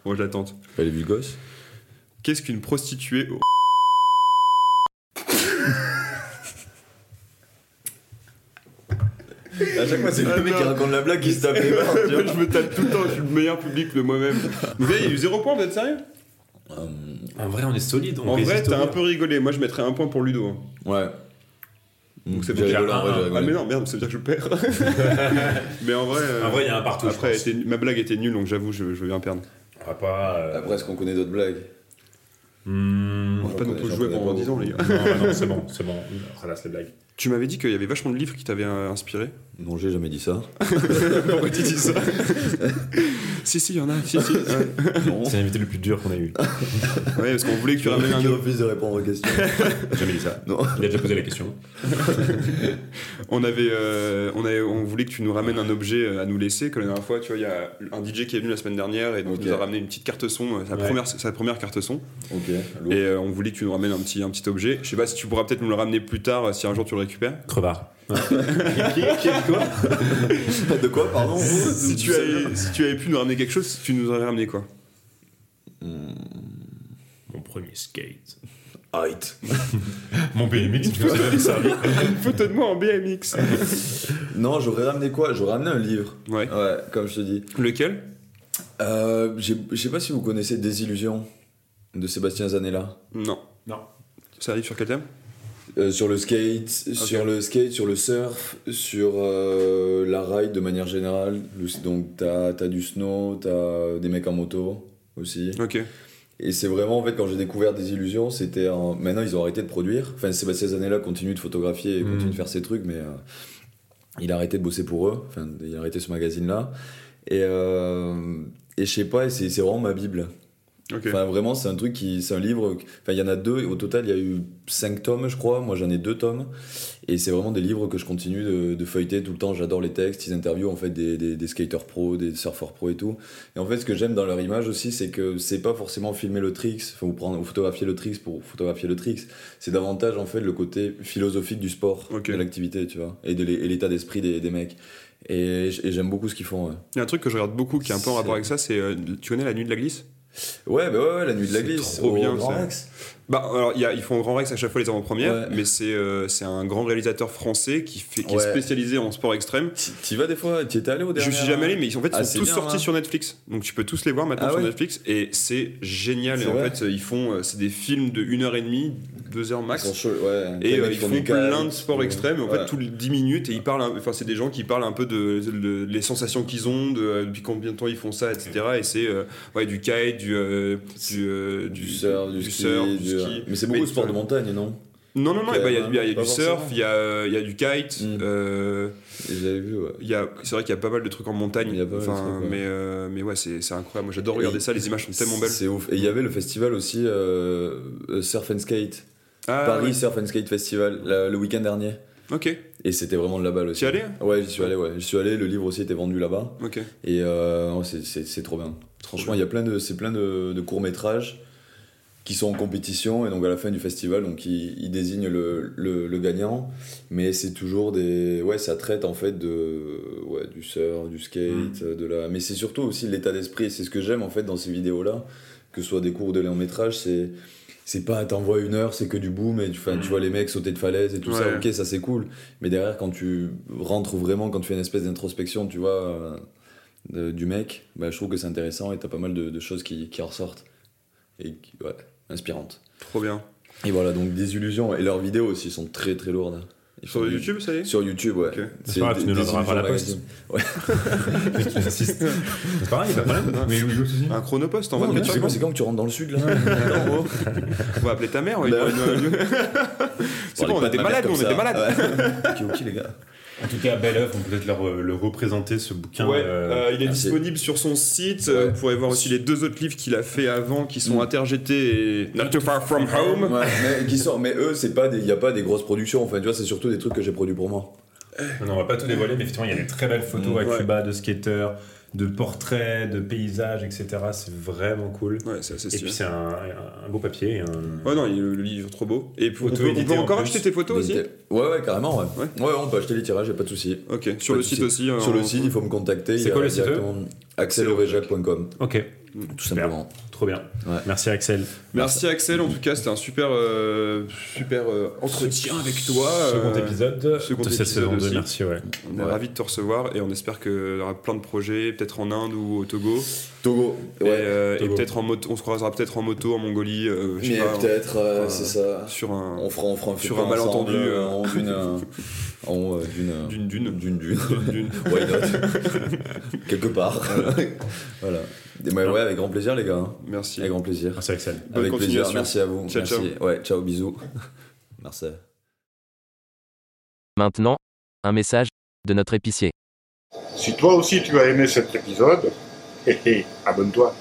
S1: Bon, je l'attente.
S2: Elle est vu le gosse
S1: Qu'est-ce qu'une prostituée au-
S2: À chaque fois, c'est le mec qui raconte la blague qui se tape les barres, tu vois.
S1: Je me tape tout le temps, je suis le meilleur public de moi-même. Vous voyez, il y a eu zéro point, vous êtes sérieux
S2: Euh,
S3: En vrai, on est solide. On
S1: En vrai,
S3: résiste au Ah
S1: t'as un
S3: pire.
S1: peu rigolé. Moi, je mettrais un point pour Ludo. hein.
S2: Ouais.
S1: Donc, c'est
S2: J'ai
S1: bon, j'ai
S2: rigolé, en vrai,
S3: un-
S2: j'ai
S1: Ah, mais
S2: rigolé.
S1: non, merde, ça veut dire que je perds. mais en vrai. euh,
S3: En vrai, il y a un partout.
S1: Après,
S3: je pense.
S1: elle était- ma blague était nulle, donc j'avoue, je, je viens perdre.
S3: On va pas. euh,
S1: Ah
S2: Après, est-ce qu'on connaît d'autres blagues
S3: hmm,
S1: On va pas
S2: connaît-
S1: non plus
S2: j'en
S1: jouer
S2: connais
S1: pendant
S2: pas
S1: 10 ans, les gars.
S3: Non, ouais, non, c'est bon, c'est bon. On Ralasse les blagues.
S1: Tu m'avais dit qu'il y avait vachement de livres qui t'avaient euh, inspiré.
S2: Non, j'ai jamais dit ça.
S1: Pourquoi tu dis ça Si, si, il y en a. Si, si. Ouais,
S2: Non.
S3: C'est l'invité le plus dur qu'on a eu.
S1: Ouais, parce qu'on voulait que tu ramènes un
S2: Qui
S1: autre.
S2: refuse de répondre aux questions.
S3: J'ai Jamais dit ça.
S2: Non.
S3: Il a déjà posé la question.
S1: On, avait, euh, on, avait- on voulait que tu nous ramènes un objet euh, à nous laisser. Que la dernière fois, tu vois, il y a un DJ qui est venu la semaine dernière et donc
S2: Ok.
S1: il nous a ramené une petite carte son, euh, sa,
S3: Ouais.
S1: première, sa première carte son.
S2: Ok.
S1: Et euh, on voulait que tu nous ramènes un petit, un petit objet. Je sais pas si tu pourras peut-être nous le ramener plus tard, euh, si un jour tu le récupères.
S3: Crevard.
S2: De quoi, pardon
S1: si, tu avais, si tu avais pu nous ramener quelque chose, tu nous aurais ramené quoi
S3: Mon premier skate.
S2: Height.
S3: Mon BMX, tu vois, c'est ça.
S1: Une photo de moi en BMX.
S2: Non, j'aurais ramené quoi J'aurais ramené un livre.
S1: Ouais.
S2: Ouais, comme je te dis.
S1: Lequel
S2: Euh, j'ai- je sais pas si vous connaissez Désillusion de Sébastien Zanella.
S1: Non.
S3: Non.
S1: Ça arrive sur quel thème
S2: Euh, sur le skate, sur le skate, sur le surf, sur euh, la ride de manière générale. Le- donc t'as as du snow, t'as des mecs en moto aussi.
S1: Ok.
S2: Et c'est vraiment en fait quand j'ai découvert des illusions, c'était en- maintenant ils ont arrêté de produire. Enfin Sébastien Zanella continue de photographier et
S3: Mhm.
S2: continue de faire ses trucs, mais euh, il a arrêté de bosser pour eux. Enfin il a arrêté ce magazine là. Et euh, et je sais pas, et c'est c'est vraiment ma bible.
S1: Ok.
S2: Enfin, vraiment, c'est un truc qui. C'est un livre. que- Enfin, il y en a deux. et Au total, il y a eu cinq tomes, je crois. Moi, j'en ai deux tomes. Et c'est vraiment des livres que je continue de, de feuilleter tout le temps. J'adore les textes. Ils interviewent en fait des, des, des skaters pro, des surfeurs pro et tout. Et en fait, ce que j'aime dans leur image aussi, c'est que c'est pas forcément filmer le tricks, enfin, ou, prendre, ou photographier le tricks pour photographier le tricks. C'est davantage en fait le côté philosophique du sport,
S1: Ok.
S2: de l'activité, tu vois, et de l'é- et l'état d'esprit des, des mecs. Et, j- et j'aime beaucoup ce qu'ils font. Ouais,
S1: Il y a un truc que je regarde beaucoup qui est un peu en
S2: C'est-
S1: rapport avec ça, c'est. euh, tu connais la nuit de la glisse
S2: ouais, bah ouais, ouais, la nuit de la
S1: C'est
S2: glisse.
S1: trop
S2: au
S1: bien,
S2: Grand
S1: ça.
S2: Rex.
S1: Bah, alors, il y a- ils font au Grand Rex à chaque fois les avant-premières,
S2: Ouais.
S1: mais c'est euh, c'est un grand réalisateur français qui, fait, qui est
S2: Ouais.
S1: spécialisé en sport extrême.
S2: T'y- T'y vas des fois T'y étais allé au dernier
S1: Je suis jamais allé, mais ils, en fait, ils
S2: Ah,
S1: sont
S2: c'est
S1: tous
S2: bien,
S1: sortis
S2: hein.
S1: sur Netflix. Donc tu peux tous les voir maintenant
S2: Ah
S1: sur
S2: ouais
S1: Netflix. Et c'est génial. Et
S2: C'est
S1: en
S2: vrai
S1: fait, ils font. euh, C'est des films de 1h30, 2h
S2: Ils sont
S1: max.
S2: chauds, ouais. T'as
S1: Et
S2: les
S1: euh,
S2: mecs
S1: ils
S2: qui
S1: font
S2: des cales,
S1: plein de sports
S2: ouais.
S1: extrêmes. En
S2: Ouais.
S1: fait, tous les 10 minutes, et ils parlent. un- Enfin, c'est des gens qui parlent un peu de, de- de- les sensations qu'ils ont, de, euh, depuis combien de temps ils font ça, etc. Et c'est euh, ouais, du kite, du, euh, du, euh,
S2: du surf, du, ski,
S1: surf,
S2: du-
S1: ski.
S2: Mais c'est beaucoup de sport de montagne, non
S1: Non, non, non,
S2: Ok,
S1: eh ben, il y a-
S2: ouais,
S1: il y a, il y a
S2: pas
S1: du surf,
S2: forcément.
S1: il y a, euh, il y a du kite.
S2: Mm.
S1: euh,
S2: J'avais vu, ouais.
S1: il y a- c'est vrai qu'il y a pas mal de trucs en montagne.
S2: Il y a pas mal de
S1: Enfin,
S2: trucs, ouais.
S1: mais, euh, mais ouais, c'est c'est incroyable. Moi, j'adore regarder
S2: Et-
S1: ça. Les images sont tellement belles.
S2: C'est ouf. Et il y avait le festival aussi euh, euh, Surf and Skate.
S1: Ah,
S2: Paris Surf and Skate Festival, la- le week-end dernier.
S1: ouais. Ok.
S2: Et c'était vraiment de la balle aussi.
S1: T'y allais hein
S2: Ouais, j'y suis allé, ouais. J'y suis allé, le livre aussi était vendu là-bas.
S1: Ok.
S2: Et euh, non, c'est- c'est c'est trop bien. Franchement, il y a plein de, c'est plein de, de courts-métrages qui sont en compétition et donc à la fin du festival, donc ils, ils désignent le, le, le gagnant. Mais c'est toujours des. Ouais, ça traite en fait de. Ouais, du surf, du skate, de la. Mais c'est surtout aussi l'état d'esprit. et C'est ce que j'aime en fait dans ces vidéos-là, que ce soit des cours ou des longs-métrages, c'est. C'est pas t'envoies une heure, c'est que du boom et tu, 'fin,
S3: Mm.
S2: tu vois les mecs sauter de falaise et tout ça,
S1: Ouais.
S2: ok, ça c'est cool. Mais derrière, quand tu rentres vraiment, quand tu fais une espèce d'introspection, tu vois, euh, de- du mec, bah, je trouve que c'est intéressant et t'as pas mal de, de choses qui, qui en ressortent. Et qui- ouais, inspirantes.
S1: Trop bien.
S2: Et voilà, donc des illusions. Et leurs vidéos aussi sont très très lourdes. Ils font
S1: Sur
S2: du-
S1: YouTube, ça y est
S2: Sur YouTube, ouais.
S1: Ok.
S3: C'est pas grave, tu
S2: des-
S3: nous le
S2: des
S3: donneras par la
S2: illusions
S3: poste.
S2: magazines.
S3: J'insiste. C'est pareil, pas de problème. Mais oui, oui,
S1: Un chronopost en
S2: Non, mais
S1: mode
S2: tu sais quoi, c'est quand que tu rentres dans le sud là Non, oh.
S1: On va appeler ta mère. ouais,
S2: Bah,
S1: il pourrait nous- C'est
S2: Bon,
S1: bon, on
S2: avec
S1: était
S2: pas de
S1: malades,
S2: mère
S1: on
S2: comme
S1: était
S2: ça.
S1: malades.
S2: Ouais. ok, ok, les gars.
S3: En tout cas, belle œuvre, on peut peut-être leur, euh, le représenter ce bouquin.
S1: Ouais,
S3: euh,
S1: euh, il est
S2: merci.
S1: disponible sur son site. euh,
S2: ah, Ouais. Mm.
S1: Vous pourrez voir aussi les deux autres livres qu'il a fait avant qui sont Interjeté et Not Too Far From Home.
S2: Ouais, mais, qui sort, mais eux, c'est pas des- y a pas des grosses productions. Enfin, tu vois, c'est surtout des trucs que j'ai produits pour moi.
S3: euh, Non, non, on va pas tout dévoiler, mais effectivement, il y a des très belles photos à
S1: Mm, Ouais.
S3: Cuba de skateurs, de portraits, de paysages, etc. C'est vraiment cool.
S1: Ouais, c'est assez
S3: Et puis
S1: stylé.
S3: c'est un, un beau papier. et un-
S1: Ouais, non, il- le, le livre est trop beau. Et puis, on peut, on
S3: Auto-édité
S1: peut
S3: en
S1: encore
S3: plus.
S1: acheter tes photos aussi
S2: Ouais, euh, ouais, carrément, ouais.
S1: Ouais.
S2: Ouais, on peut acheter les tirages, y a pas de souci.
S1: Ok, sur le
S2: Pas de
S1: site
S2: souci.
S1: aussi. euh,
S2: Sur le
S1: en-
S2: site, il faut me contacter.
S3: C'est
S2: il y a
S3: quoi le site, eux
S2: directement axelorejac.com,
S3: Ok,
S2: tout
S3: Super.
S2: simplement.
S3: trop bien.
S2: Ouais.
S3: Merci Axel.
S1: Merci Axel, en tout cas, c'était un super, euh, super euh, entretien avec toi.
S3: Second
S1: euh,
S3: épisode
S1: second
S3: de cette
S1: épisode
S3: saison 2,
S1: aussi.
S3: merci. Ouais.
S1: On est
S2: Ouais.
S1: ravis de te recevoir et on espère qu'il y aura plein de projets, peut-être en Inde ou au Togo.
S2: Togo,
S1: et
S2: ouais.
S1: euh, et
S3: Togo.
S1: peut-être en moto, on se croisera peut-être en moto, en Mongolie, euh, je sais
S2: Mais
S1: pas,
S2: peut-être, euh,
S1: euh,
S2: c'est ça.
S1: en- sur un.
S2: On fera, on fera un
S1: Sur
S2: film
S1: un malentendu,
S2: ensemble,
S1: euh,
S2: en une, euh, en euh, d'une, euh,
S1: D'une dune.
S2: d'une dune.
S1: d'une-
S2: Why not Quelque part. voilà. Et bah, ouais, avec grand plaisir, les gars. hein.
S1: Merci.
S2: Avec grand plaisir.
S3: Merci Axel.
S1: Bonne
S2: avec plaisir.
S1: continuation.
S2: Merci à vous.
S1: Ciao,
S2: Merci. Ouais, ciao, bisous. Merci.
S5: Maintenant, un message de notre épicier.
S6: Si toi aussi tu as aimé cet épisode, hé hé, abonne-toi.